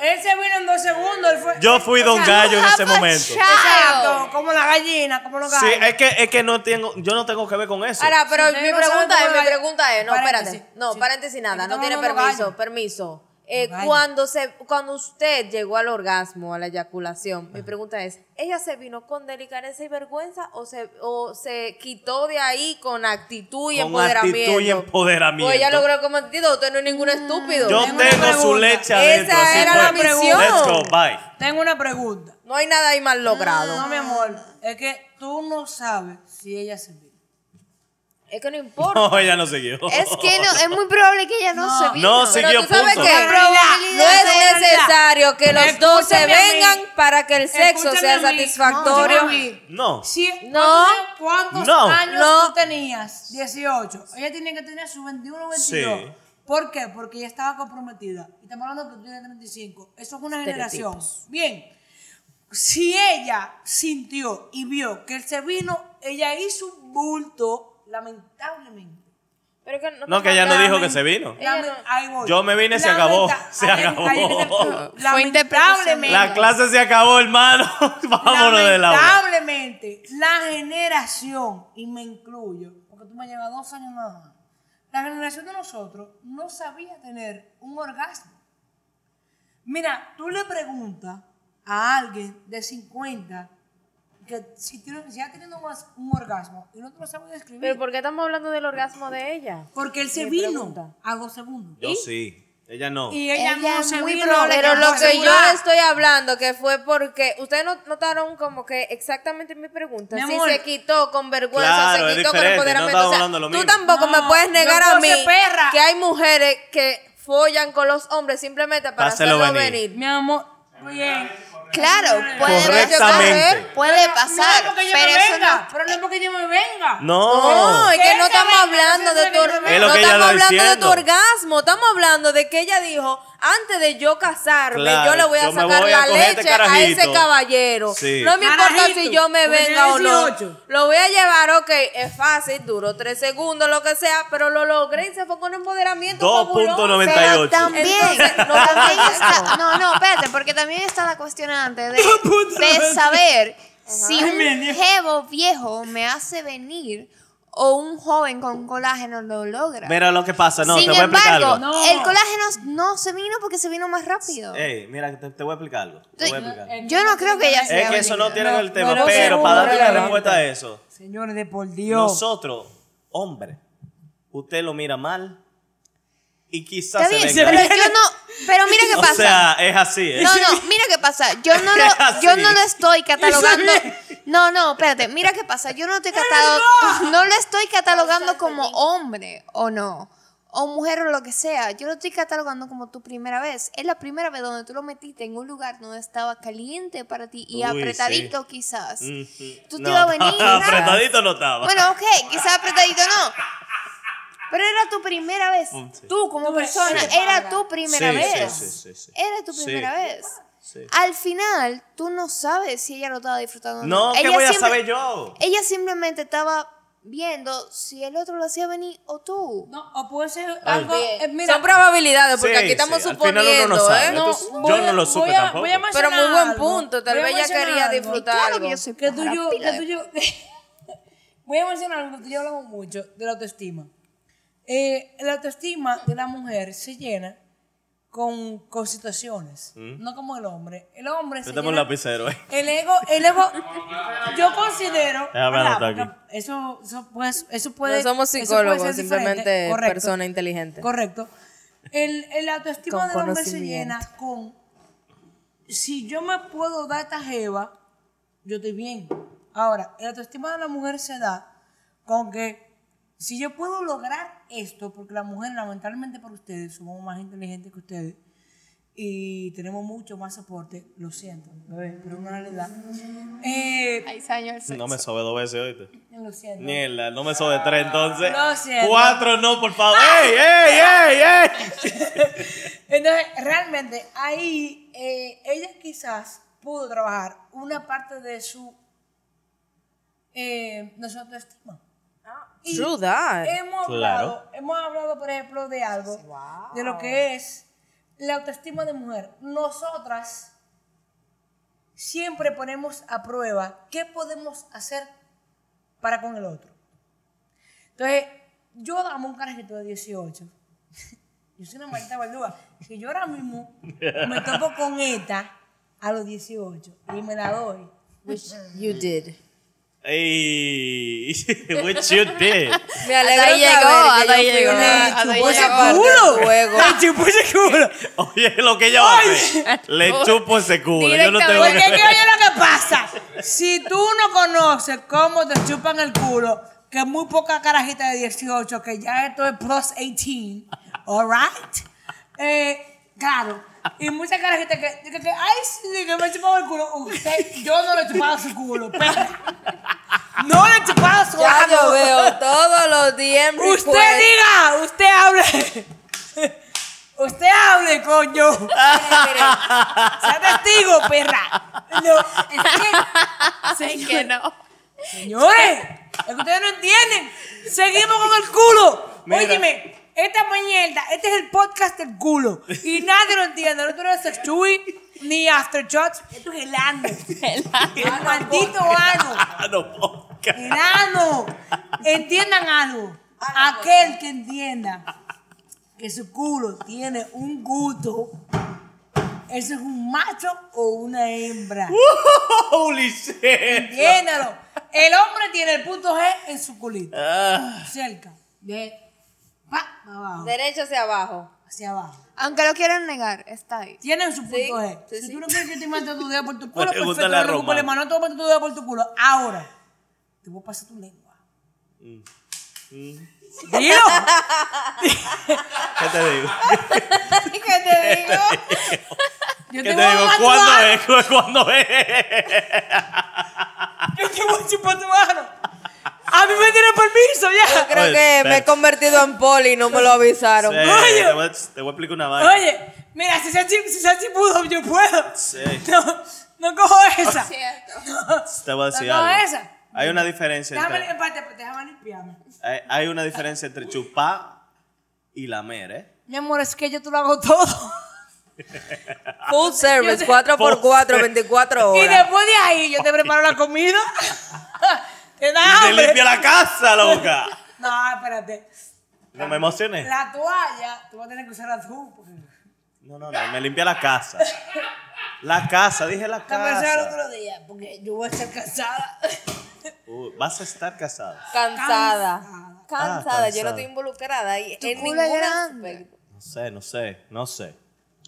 C: Ese vino en dos segundos. él fue-
B: Yo fui
C: O
B: don
C: sea,
B: Gallo en
A: have
B: ese
A: a
B: momento.
A: chance.
C: Exacto, como la gallina, como los
B: Sí, eh.
C: gallos.
B: es que, es que no tengo, yo no tengo que ver con eso.
D: Ahora, pero
C: Si
D: mi
C: ustedes no saben
D: pregunta
C: cómo
D: es, mi
C: gallo-
D: pregunta es, no,
C: Paréntesis.
D: espérate, no,
C: Sí.
D: paréntesis nada,
C: Aquí
D: no tiene
C: estamos hablando
D: permiso,
C: gallo.
D: permiso. Eh,
C: Gallo.
D: cuando se, cuando usted llegó al orgasmo, a la eyaculación, mi pregunta es, ¿ella se vino con delicadeza y vergüenza o se, o se quitó de ahí con actitud y
B: Con
D: empoderamiento?
B: actitud y empoderamiento.
D: Pues ella logró como sentido, usted no es ningún estúpido.
B: yo
C: tengo una
B: tengo su
C: pregunta.
B: leche adentro.
D: Esa
B: así
D: era
B: fue.
D: la misión.
B: Let's go, bye.
C: Tengo una pregunta.
D: No hay nada ahí mal logrado.
C: No, mi amor, es que tú no sabes si ella se vino.
D: Es que no importa.
B: No, ella no siguió.
A: Es que no, es muy probable que ella no,
C: No.
A: se vino.
B: No, sí.
D: Pero tú sabes
B: punto.
D: que
A: La probabilidad
D: no es
A: de realidad.
D: necesario que los dos se
C: Escúchame a mí.
D: vengan para que el sexo
C: Escúchame a
D: sea
C: mí.
D: satisfactorio.
C: No, escúchame a mí.
B: No.
C: Sí,
D: No.
C: ¿cuántos- ¿Cuántos
B: No.
C: años
D: No.
C: tú tenías? 18. Ella tenía que tener sus 21 o 22.
B: Sí.
C: ¿Por qué? Porque ella estaba comprometida. Y estamos hablando que tú tienes 35. Eso es una generación. Bien. Si ella sintió y vio que él se vino, ella hizo un bulto, lamentablemente.
D: Pero que no,
B: No, que ella no dijo que se vino.
C: Lame- ahí voy.
B: Yo me vine y se acabó. Se
C: ahí-
B: acabó.
C: ahí viene el punto.
A: Fue interpretación.
C: Lamentablemente.
B: La clase se acabó, hermano. Vámonos de la hora.
C: Lamentablemente, la generación, y me incluyo, porque tú me llevas dos años nada más, la generación de nosotros no sabía tener un orgasmo. Mira, tú le preguntas a alguien de 50 que si, tiene, si ha tenido más un orgasmo y no te lo sabe describir,
D: Pero ¿por qué estamos hablando del orgasmo de ella?
C: porque él se
D: me
C: vino
D: pregunta.
C: a dos segundos.
B: Yo sí. Ella no.
C: Y ella,
A: Ella
C: no
A: es
C: se
A: muy
C: vino.
A: probable
D: Pero
A: que
D: lo
A: no
D: que
A: se
D: yo
A: vino.
D: estoy hablando que fue porque ustedes no- notaron como que exactamente mi pregunta.
C: Mi
D: Si
C: amor.
D: se quitó con vergüenza,
B: Claro, es
D: se quitó con
B: diferente,
D: empoderamiento.
B: no estamos
D: O sea,
B: hablando de lo
D: tú
B: mismo.
D: tampoco
C: No,
D: me puedes
C: yo
D: negar a
C: puedo
D: mí
C: ser perra.
D: que hay mujeres que follan con los hombres simplemente para
B: Hácelo
D: hacerlo
B: venir.
D: venir.
C: Mi amor, bien.
A: Claro, puede
B: Correctamente.
A: pasar, puede pasar,
C: No es porque yo
A: pero
C: me
A: eso
C: venga.
A: no
C: Pero no es porque yo me venga.
B: No.
D: No, es que
C: Venga,
D: no estamos
C: venga,
D: hablando de tu
C: venga, venga.
D: orgasmo.
B: Oh. Es lo
D: No
B: que ella
D: estamos
B: está
D: hablando de tu
B: diciendo.
D: orgasmo. Estamos hablando de que ella dijo, antes de yo casarme,
B: Claro,
D: yo le voy a
B: yo me
D: sacar
B: voy a
D: la
B: coger este
D: leche a ese
B: carajito.
D: caballero.
B: Sí.
D: No me importa
C: Carajito,
D: si yo me
C: porque
D: venga o no.
C: 18.
D: Lo voy a llevar, ok, es fácil, duró tres segundos, lo que sea, pero lo logré y se fue con empoderamiento. fabuloso.
A: Pero
B: 2.98.
A: también,
D: Entonces, no,
A: no, también
D: no.
A: está, no, no, espérate, porque también está la cuestionante de,
C: punto
A: de
C: noventa y-
A: saber si
C: Ay, me
A: un
C: dio.
A: jevo viejo me hace venir o un joven con colágeno lo logra.
B: Mira lo que pasa. No,
A: Sin
B: te voy a explicar
A: embargo,
B: algo.
C: No.
A: el colágeno no se vino porque se vino más rápido.
B: Ey, mira, te, te voy a explicar algo. Te voy a explicar.
A: Yo no creo que ella sea
B: Es que eso no
A: venida.
B: tiene
C: No,
B: el tema.
C: pero
B: Pero
C: seguro
B: para darte una
C: relevante.
B: respuesta a eso,
C: Señores, de por Dios.
B: nosotros, hombre, usted lo mira mal y quizás
A: Está
B: se
A: bien,
B: venga.
A: pero yo no, pero mira qué pasa.
B: O sea, es así. ¿eh?
A: No, no, mira qué pasa. Yo no
B: Es
A: lo, yo
B: así.
A: no lo estoy catalogando.
C: Isabel.
A: No, no, espérate, mira qué pasa. Yo no estoy catalog... no lo estoy catalogando como hombre o no, o mujer o lo que sea. Yo lo estoy catalogando como tu primera vez. Es la primera vez donde tú lo metiste en un lugar donde estaba caliente para ti y
B: Uy,
A: apretadito quizás.
B: Ujú.
A: Tú te
B: No,
A: ibas a venir.
B: Apretadito no estaba.
A: Bueno, ok, quizás apretadito no. Pero era tu primera vez.
B: Oh, Sí.
A: Tú como persona,
C: sí,
A: era
C: paga.
A: tu primera
B: Sí, sí,
A: vez.
B: sí, sí, sí.
A: Era tu
B: Sí.
A: primera vez.
B: Sí.
A: Al final, tú no sabes si ella lo estaba disfrutando o
B: No, ¿qué
A: Ella
B: voy a
A: simple-
B: saber yo?
A: Ella simplemente estaba viendo si el otro lo hacía venir o tú.
C: No, o puede ser algo. eh, mira,
D: Son probabilidades, porque
B: Sí,
D: aquí estamos
B: sí, al final
D: suponiendo,
B: uno no sabe.
D: ¿eh?
B: Entonces, yo no lo supe
C: voy a-
B: tampoco.
C: voy a
D: Pero muy
C: mencionar
D: buen punto, tal
C: voy a
D: vez ella
C: mencionar
D: quería
C: algo.
D: disfrutar
A: Claro
D: algo.
A: que yo soy
C: Que tú y
A: pájara,
C: yo,
A: pila
C: que tú
A: de-
C: y yo. Voy a mencionar algo que tú y yo hablamos mucho de la autoestima. Eh, la autoestima de la mujer se llena con, con situaciones, no como el hombre. El hombre se
B: Mm. Yo tengo un
C: llena-
B: lapicero ¿eh? ahí.
C: el ego, el ego, yo considero.
B: Déjame
C: ¿verdad?
B: anotar aquí.
C: Porque Eso, eso, pues, eso puede.
D: no somos
C: eso puede
D: psicólogos,
C: ser
D: simplemente
C: diferente. Correcto.
D: personas inteligentes.
C: Correcto. El, el autoestima
D: Con
C: del hombre se
D: conocimiento.
C: llena con. Si yo me puedo dar esta jeva, yo estoy bien. Ahora, el autoestima de la mujer se da con que si yo puedo lograr esto, porque la mujer, lamentablemente para ustedes, somos más inteligentes que ustedes y tenemos mucho más soporte, lo siento, bebé, pero es una realidad. Eh,
A: Ay, señor,
B: No me sobe dos veces, oíste.
C: lo siento.
B: Mierda, no me sobe tres entonces.
C: Lo siento.
B: Cuatro no, por favor. ¡Ey, ey, ey, ey!
C: Entonces, realmente ahí eh, ella quizás pudo trabajar una parte de su, eh, de su autoestima. Y
D: True that.
C: Hemos,
B: Claro.
C: hablado, hemos hablado, por ejemplo, de algo, de lo que es la autoestima de mujer. Nosotras siempre ponemos a prueba qué podemos hacer para con el otro. Entonces, yo dame un carajito de 18. Yo soy una maldita verduga. Si yo ahora mismo me topo con esta a los 18 y me la doy.
D: Which you did.
B: Ey, which you did.
D: Me alegra
A: ahí llegó,
D: saber que
A: hasta ahí
D: yo fui
A: llegó.
D: una-
A: Hasta ahí
D: una
A: llegó.
D: parte
C: ¡Culo!
D: del juego.
C: chupó ese culo!
B: Oye, lo que ella va a hacer. Le chupo ese culo. Yo no
A: Directamente.
B: tengo
C: Porque
B: que
C: es que oye lo que pasa. Si tú no conoces cómo te chupan el culo, que muy poca carajita de 18, que ya esto es plus 18, alright? Eh, claro. Y muchas carajitas que, que, que, ay, sí, que me chupaba el culo. Usted, yo no le chupaba su culo, perra. No le chupaba su
D: Ya yo
C: ano.
D: veo todos los pues, DM requests.
C: Usted diga, usted hable. Usted hable, coño. Sea testigo, perra. No, es que,
A: Ay, que no.
C: señores, es que ustedes no entienden. Seguimos con el culo.
B: Mira.
C: Óyeme, esta mañana, este es el podcast del culo. Y nadie lo entiende. No tú no eres Chuy ni Aftershots. Esto es el ano. El maldito ano.
B: Ah, no, poca.
C: Enano, entiendan algo. Aquel que entienda que su culo tiene un gusto, ese es un macho o una hembra.
B: Holy shit.
C: Entiéndalo. El hombre tiene el punto G en su culito,
B: Ah,
C: cerca de pa, pa abajo,
D: Derecho hacia abajo.
C: hacia abajo.
A: Aunque lo quieran negar, está ahí.
C: Tienen su punto
D: Sí,
C: G.
D: sí,
C: si
D: sí.
C: tú no quieres que te mate tu dedo por tu culo,
B: Pregúntale
C: perfecto,
B: a
C: no tengo
B: Román.
C: problema. No te voy a meter tu dedo por tu culo. Ahora, te voy a pasar tu lengua. Dilo.
B: ¿Qué te digo?
A: ¿Qué te digo?
C: Yo
B: ¿Qué
C: voy
B: te
C: a
B: digo?
C: mamar tu
B: ¿Cuándo
C: ano.
B: es? ¿Cuándo es?
C: Yo te voy a chupar tu mano. A mí me tiene permiso
D: Yo
C: ya.
D: creo
B: Oye,
D: que me
B: espera.
D: he convertido en poli, no me lo avisaron.
B: Sí, te voy a- te voy a explicar una vaina.
C: Oye, mira, si se, chi- si se chipudo, yo puedo.
B: Sí.
C: No, no cojo esa.
A: Cierto.
B: Te voy a decir
C: No, no,
B: algo.
C: esa.
B: Hay una diferencia
C: Déjame,
B: entre,
C: espérate, espérate, déjame limpiarme.
B: hay, Eh, hay una diferencia entre chupar y lamer, ¿eh?
C: Mi amor, es que yo te lo hago todo.
D: Full service,
C: Yo-
D: 4x4, 24
C: Y
D: horas.
C: después de ahí yo te preparo la comida. ¿Te da
B: ¡Te
C: hambre?
B: limpia la casa, loca!
C: No, espérate.
B: No me emocioné.
C: La toalla, tú vas a tener que usarla tú. porque
B: No, no, no, me limpia la casa. La casa, dije la
C: La pensé el
B: casa.
C: otro día, porque yo voy a estar casada.
B: Uy, Uh, vas a estar casada.
D: Cansada. Cansada.
B: Ah, cansada.
D: Yo no estoy involucrada ahí
A: Tu
D: en
A: culo
D: ningún
A: es grande.
D: aspecto.
B: No sé, no sé, no sé.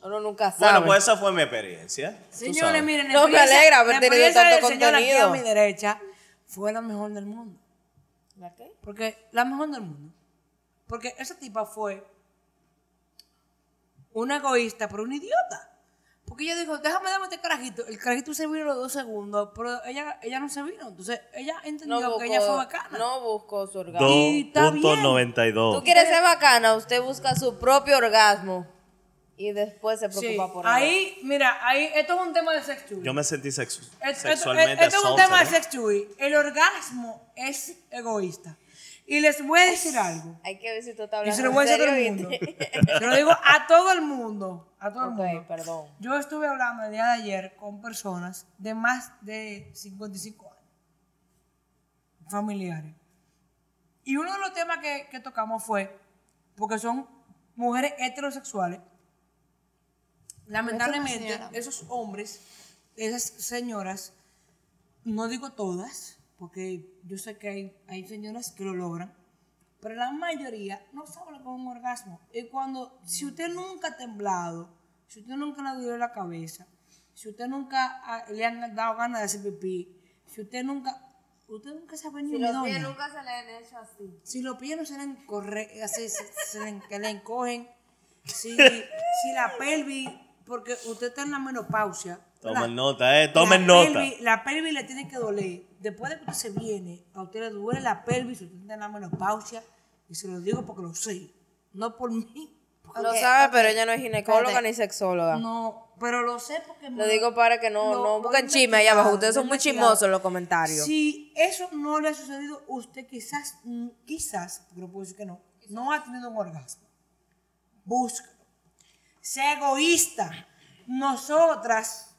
D: Uno nunca sabe.
B: Bueno, pues esa fue mi experiencia. tú
C: Señores,
B: sabes.
C: miren, la
D: No, me
C: experiencia-
D: alegra
C: la
D: haber tenido
C: experiencia
D: tanto
C: del señor aquí a mi
D: contenido.
C: derecha fue la mejor del mundo. Porque la mejor del mundo. Porque esa tipa fue una egoísta, pero una idiota. Porque ella dijo, déjame darme este carajito. El carajito se vino los dos segundos, pero ella, ella no se vino. Entonces, ella entendió
D: No buscó,
C: que ella fue bacana.
D: no buscó su orgasmo.
C: Y está bien.
B: 2.92.
D: Tú quieres ser bacana, usted busca su propio orgasmo y después se
C: Sí.
D: preocupa por nada.
C: Ahí, mira, ahí, esto es un tema de sex
B: Yo me sentí sexu
C: Esto, esto-
B: sexualmente
C: esto es un
B: assaulted,
C: tema de
B: ¿eh?
C: sex chui. El orgasmo es egoísta. Y les voy a decir algo.
D: Hay que ver si tú
C: Y
D: estás hablando.
C: se lo voy a decir a todo el
D: en
C: mundo.
D: serio,
C: Se lo digo a todo el mundo. A todo el
D: ¿viste?
C: mundo.
D: Ok, perdón.
C: Yo estuve hablando el día de ayer con personas de más de 55 años, familiares. Y uno de los temas que, que tocamos fue, porque son mujeres heterosexuales, lamentablemente
A: señora.
C: esos hombres, esas señoras, no digo todas, porque yo sé que hay, hay señoras que lo logran, pero la mayoría no sabe lo que es un orgasmo. Y cuando, si usted nunca ha temblado, si usted nunca le ha dolido la cabeza, si usted nunca ha- le han dado ganas de hacer pipí, si usted nunca, usted nunca se ha venido
D: Si
C: ni
D: los pies
C: dónde.
D: nunca se le han hecho así.
C: Si los pies no se le, encorre- así, se, se le, que le encogen, si, si la pelvis, porque usted está en la menopausia. ¿verdad?
B: Tomen nota, eh. Tomen
C: la
B: nota.
C: Pelvis, la pelvis le tiene que doler. Después de que usted se viene, a usted le duele la pelvis, usted está en la menopausia. Y se lo digo porque lo sé. No por mí. porque-
D: lo sabe, pero ella no es ginecóloga
C: Espérate.
D: ni sexóloga.
C: No, pero lo sé porque... me
D: Lo digo para que no,
C: lo-
D: no
C: lo he
D: busquen chisme allá abajo.
C: investigado,
D: Ustedes son muy
C: lo he investigado.
D: chismosos en los comentarios.
C: Si eso no le ha sucedido, usted quizás, mm, quizás, pero puedo decir que no, no ha tenido un orgasmo. Búscalo. Sea egoísta. Nosotras,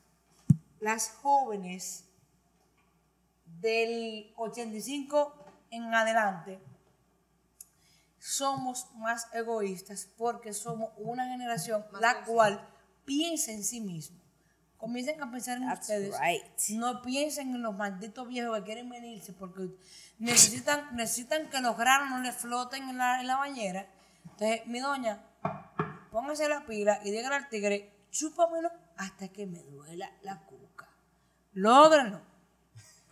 C: las jóvenes del 85 en adelante, somos más egoístas porque somos una generación la cual piensa en sí misma. Comiencen a pensar en
D: That's
C: ustedes.
D: right.
C: No piensen en los malditos viejos que quieren venirse porque necesitan, necesitan que los granos no les floten en la, en la bañera. Entonces, mi doña, póngase la pila y dígale al tigre, chúpamelo hasta que me duela la cuca. Lógrenlo.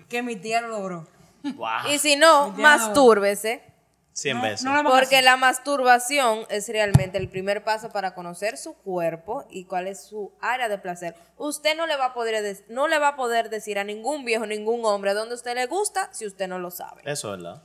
C: Que mi tía lo logró.
B: Wow.
D: Y si no,
C: Ya.
D: mastúrbese.
B: 100
C: No,
B: veces.
C: no la vamos a
D: Porque la masturbación es realmente el primer paso para conocer su cuerpo y cuál es su área de placer. Usted no le va a poder des- no le va a poder decir a ningún viejo, ningún hombre dónde usted le gusta si usted no lo sabe.
B: Eso es verdad.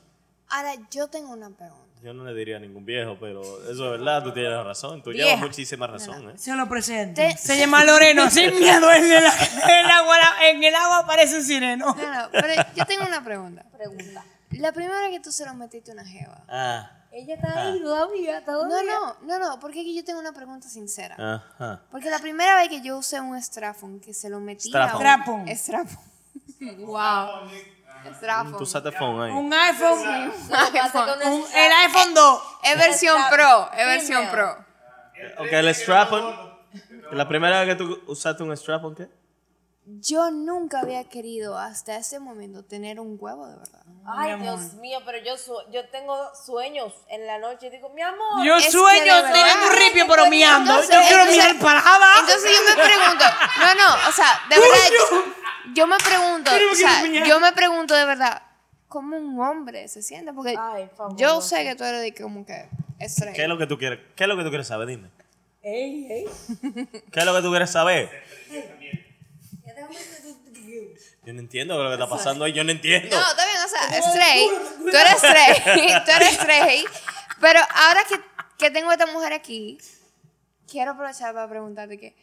A: Ahora, yo tengo una pregunta.
B: Yo no le diría a ningún viejo, pero eso es verdad. Tú tienes razón. Tú
D: Vieja.
B: llevas muchísima razón, eh.
C: Se lo presento.
A: Te-
C: Se llama Loreno, sin miedo. En el, en el agua, en el agua aparece un sireno.
A: No, no, pero yo tengo una pregunta.
D: Pregunta.
A: La primera vez que tú se lo metiste a una jeva.
B: Ah.
D: Ella está ahí todavía, está
A: No, no, no, no, porque es que yo tengo una pregunta sincera.
B: Ajá.
A: Porque la primera vez que yo usé un estrafón, que se lo metí a un-
C: Strapón.
A: Estrafón. wow.
B: eh.
A: Estrafón.
B: Tú usaste phone ahí.
C: Un iPhone. un- el iPhone 2.
A: Es versión pro, es versión
D: Female.
A: pro.
B: Ok, el strap-on. La primera vez que tú usaste un strap-on, ¿qué?
A: Yo nunca había querido hasta ese momento tener un huevo de verdad.
D: Ay,
C: Mi
D: Dios
C: amor.
D: mío, pero yo, su- yo tengo sueños en la noche. Digo, mi amor.
C: Yo
A: Es que
C: sueño
A: de verdad.
C: tener un ripio, pero miando.
A: Entonces,
C: yo quiero
A: entonces-
C: mirar para abajo.
A: Ah, Entonces yo me pregunto, no, no, o sea, de verdad, yo, yo me pregunto,
C: Pero
A: o sea,
C: que me-
A: yo me pregunto de verdad, ¿cómo un hombre se siente? Porque
D: Ay, fabuloso.
A: yo sé que tú eres de como que extraño.
B: ¿Qué es lo que tú quieres? ¿Qué es lo que tú quieres saber? Dime.
C: Ey, ey.
B: ¿Qué es lo que tú quieres saber? Yo no entiendo lo que está pasando ahí. Yo no entiendo.
A: No, está bien, o sea, straight. Tú eres straight. Tú eres straight. Pero ahora que, que tengo a esta mujer aquí, quiero aprovechar para preguntarte que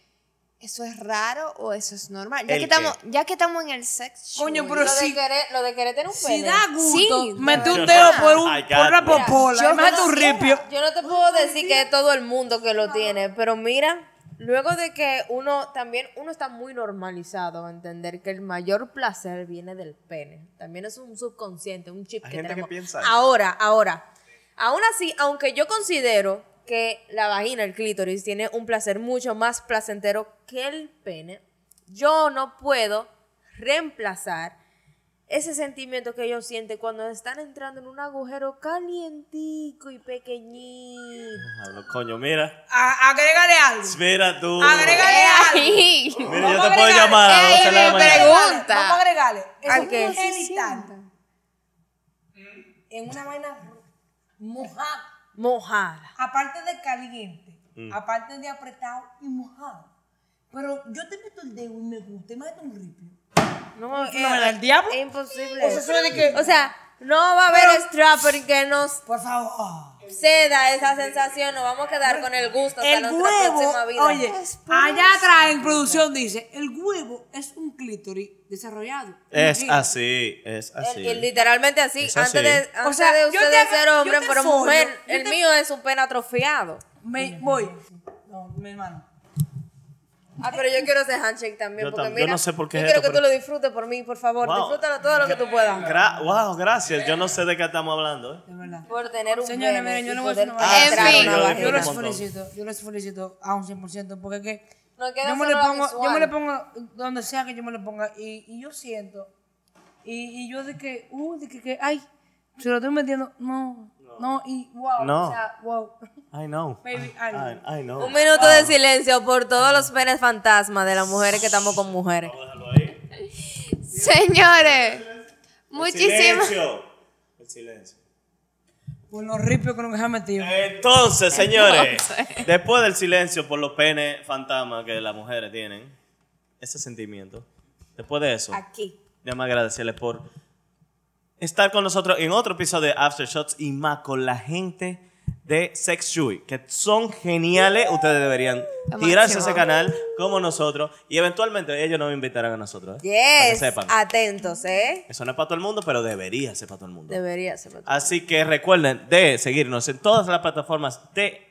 A: eso es raro o eso es normal. Ya
B: ¿El
A: que estamos, ya que estamos en el sex show, Eh,
C: Coño,
D: Lo
C: pero
D: de,
C: si,
D: querer, lo de querer tener un
C: si
D: pene.
C: da gusto,
A: Sí, de
C: mete un dedo
B: verdad.
C: por, un,
B: Ay,
C: por una
B: Katia.
C: popola.
D: Yo
C: Mete un
D: conociera.
C: ripio.
D: Yo no te puedo decir que es todo el mundo que lo tiene, pero mira, luego de que uno también uno está muy normalizado a entender que el mayor placer viene del pene. También es un subconsciente, un chip
B: Hay
D: que
B: gente que
D: tenemos.
B: piensa eso.
D: ahora, ahora. Aún así, aunque yo considero que la vagina, el clítoris tiene un placer mucho más placentero que el pene, yo no puedo reemplazar ese sentimiento que ellos sienten cuando están entrando en un agujero calientico y pequeñito.
B: Hablo, coño, mira.
C: A- agrégale algo.
B: Mira tú.
C: Agrégale algo.
A: ahí.
B: Mira, yo
C: Vamos
B: te puedo
C: agregar.
B: llamar a las
A: Ey,
B: 12 de la
A: me
B: mañana.
A: pregunto. Pregunta.
C: Vamos a agregarle. Eso
D: ¿Al
C: es
D: qué?
C: un genital en una vaina mojada.
D: Mojada.
C: aparte de caliente,
B: Mm.
C: aparte de apretado y mojado. Pero yo te meto el dedo y me gusta, y me meto un ripio.
D: No, eh,
C: ¿verdad? ¿El diablo?
D: Es imposible.
C: O sea, suena de que-
D: O sea, no va a haber strapper que nos
C: Por favor.
D: ceda esa sensación. Nos vamos a quedar con el gusto hasta
C: el
D: nuestra
C: huevo,
D: próxima vida.
C: oye, allá atrás en producción dice, el huevo es un clítoris desarrollado.
B: Es
C: Sí.
B: así, es
D: El-
B: así.
D: el literalmente así,
B: Es
D: antes
B: así.
D: de,
C: O
D: antes
C: sea,
D: de
C: yo
D: usted
C: te hago-
D: ser hombre,
C: yo te
D: pero
C: follo,
D: mujer,
C: yo
D: el
C: te-
D: mío es un pene atrofiado.
C: Me voy. No, mi hermano.
D: Ah, pero yo quiero ese handshake también,
B: Yo
D: porque
B: tam- yo
D: mira,
B: no sé por qué
D: yo
B: es
D: quiero
B: esto,
D: que
B: pero-
D: tú lo disfrutes por mí, por favor,
B: Wow.
D: disfrútalo todo lo que tú puedas.
B: Gra- wow, gracias. Yo no sé de qué estamos hablando. ¿eh?
C: De verdad.
D: Por tener un
C: Señores,
D: pene
C: miren, yo
D: y
C: no voy a
D: poder
C: hacer una vaina.
A: En entrar fin. una
B: Ah, Yo lo
C: Yo
B: disfruto
C: les
B: un montón.
C: felicito, yo les felicito a un 100% porque es que
D: Nos queda
C: yo me, le
D: solo la
C: pongo, yo me le
D: visual.
C: pongo donde sea que yo me le ponga y, y yo siento y, y yo de que, uh, de que, que, ay, se lo estoy metiendo, no, no, y wow,
B: No.
C: o sea, wow,
B: I know.
C: baby,
B: I,
C: algo.
B: I know.
D: Un minuto de silencio por todos los penes fantasmas de las mujeres que estamos con mujeres.
B: Déjalo ahí.
A: Señores, muchísimas.
B: Silencio. El silencio.
C: por los ripios con los que se ha metido.
B: Eh, Entonces, señores, después del silencio por los penes fantasma que las mujeres tienen, ese sentimiento, después de eso,
D: Aquí.
B: déjame agradecerles por estar con nosotros en otro episodio de Aftershots y más con la gente de Sex Shui, que son geniales. Ustedes deberían
A: Lo
B: tirarse a ese
A: máximo.
B: canal como nosotros y eventualmente ellos nos invitarán a nosotros. ¿eh? Para que
D: Yes,
B: sepan.
A: Ah.
D: atentos, ¿eh?
B: Eso no es para todo el mundo, pero debería ser para todo el mundo.
D: Debería ser.
B: Así que recuerden de seguirnos en todas las plataformas de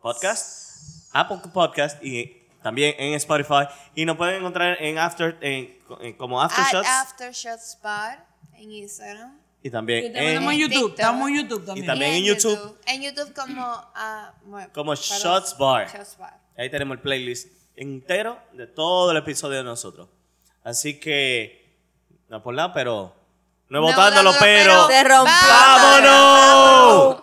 B: podcast, Apple Podcast y también en Spotify. Y nos pueden encontrar en After, en- en- como
A: At
B: Aftershots
A: Aftershots Bar en Instagram.
B: y también
C: Y
B: en,
C: también estamos en YouTube,
A: TikTok.
C: estamos en YouTube también.
B: también-
A: Y
B: en YouTube.
A: En YouTube como. ah, bueno,
B: Como
A: perdón,
B: Shots Bar.
A: Shots Bar.
B: Ahí tenemos el playlist entero de todo el episodio de nosotros. Así que, no por nada, pero no
A: No
B: es botándolo,
A: botándolo, pero-
B: pero...
D: Se rompió.
B: ¡Vámonos!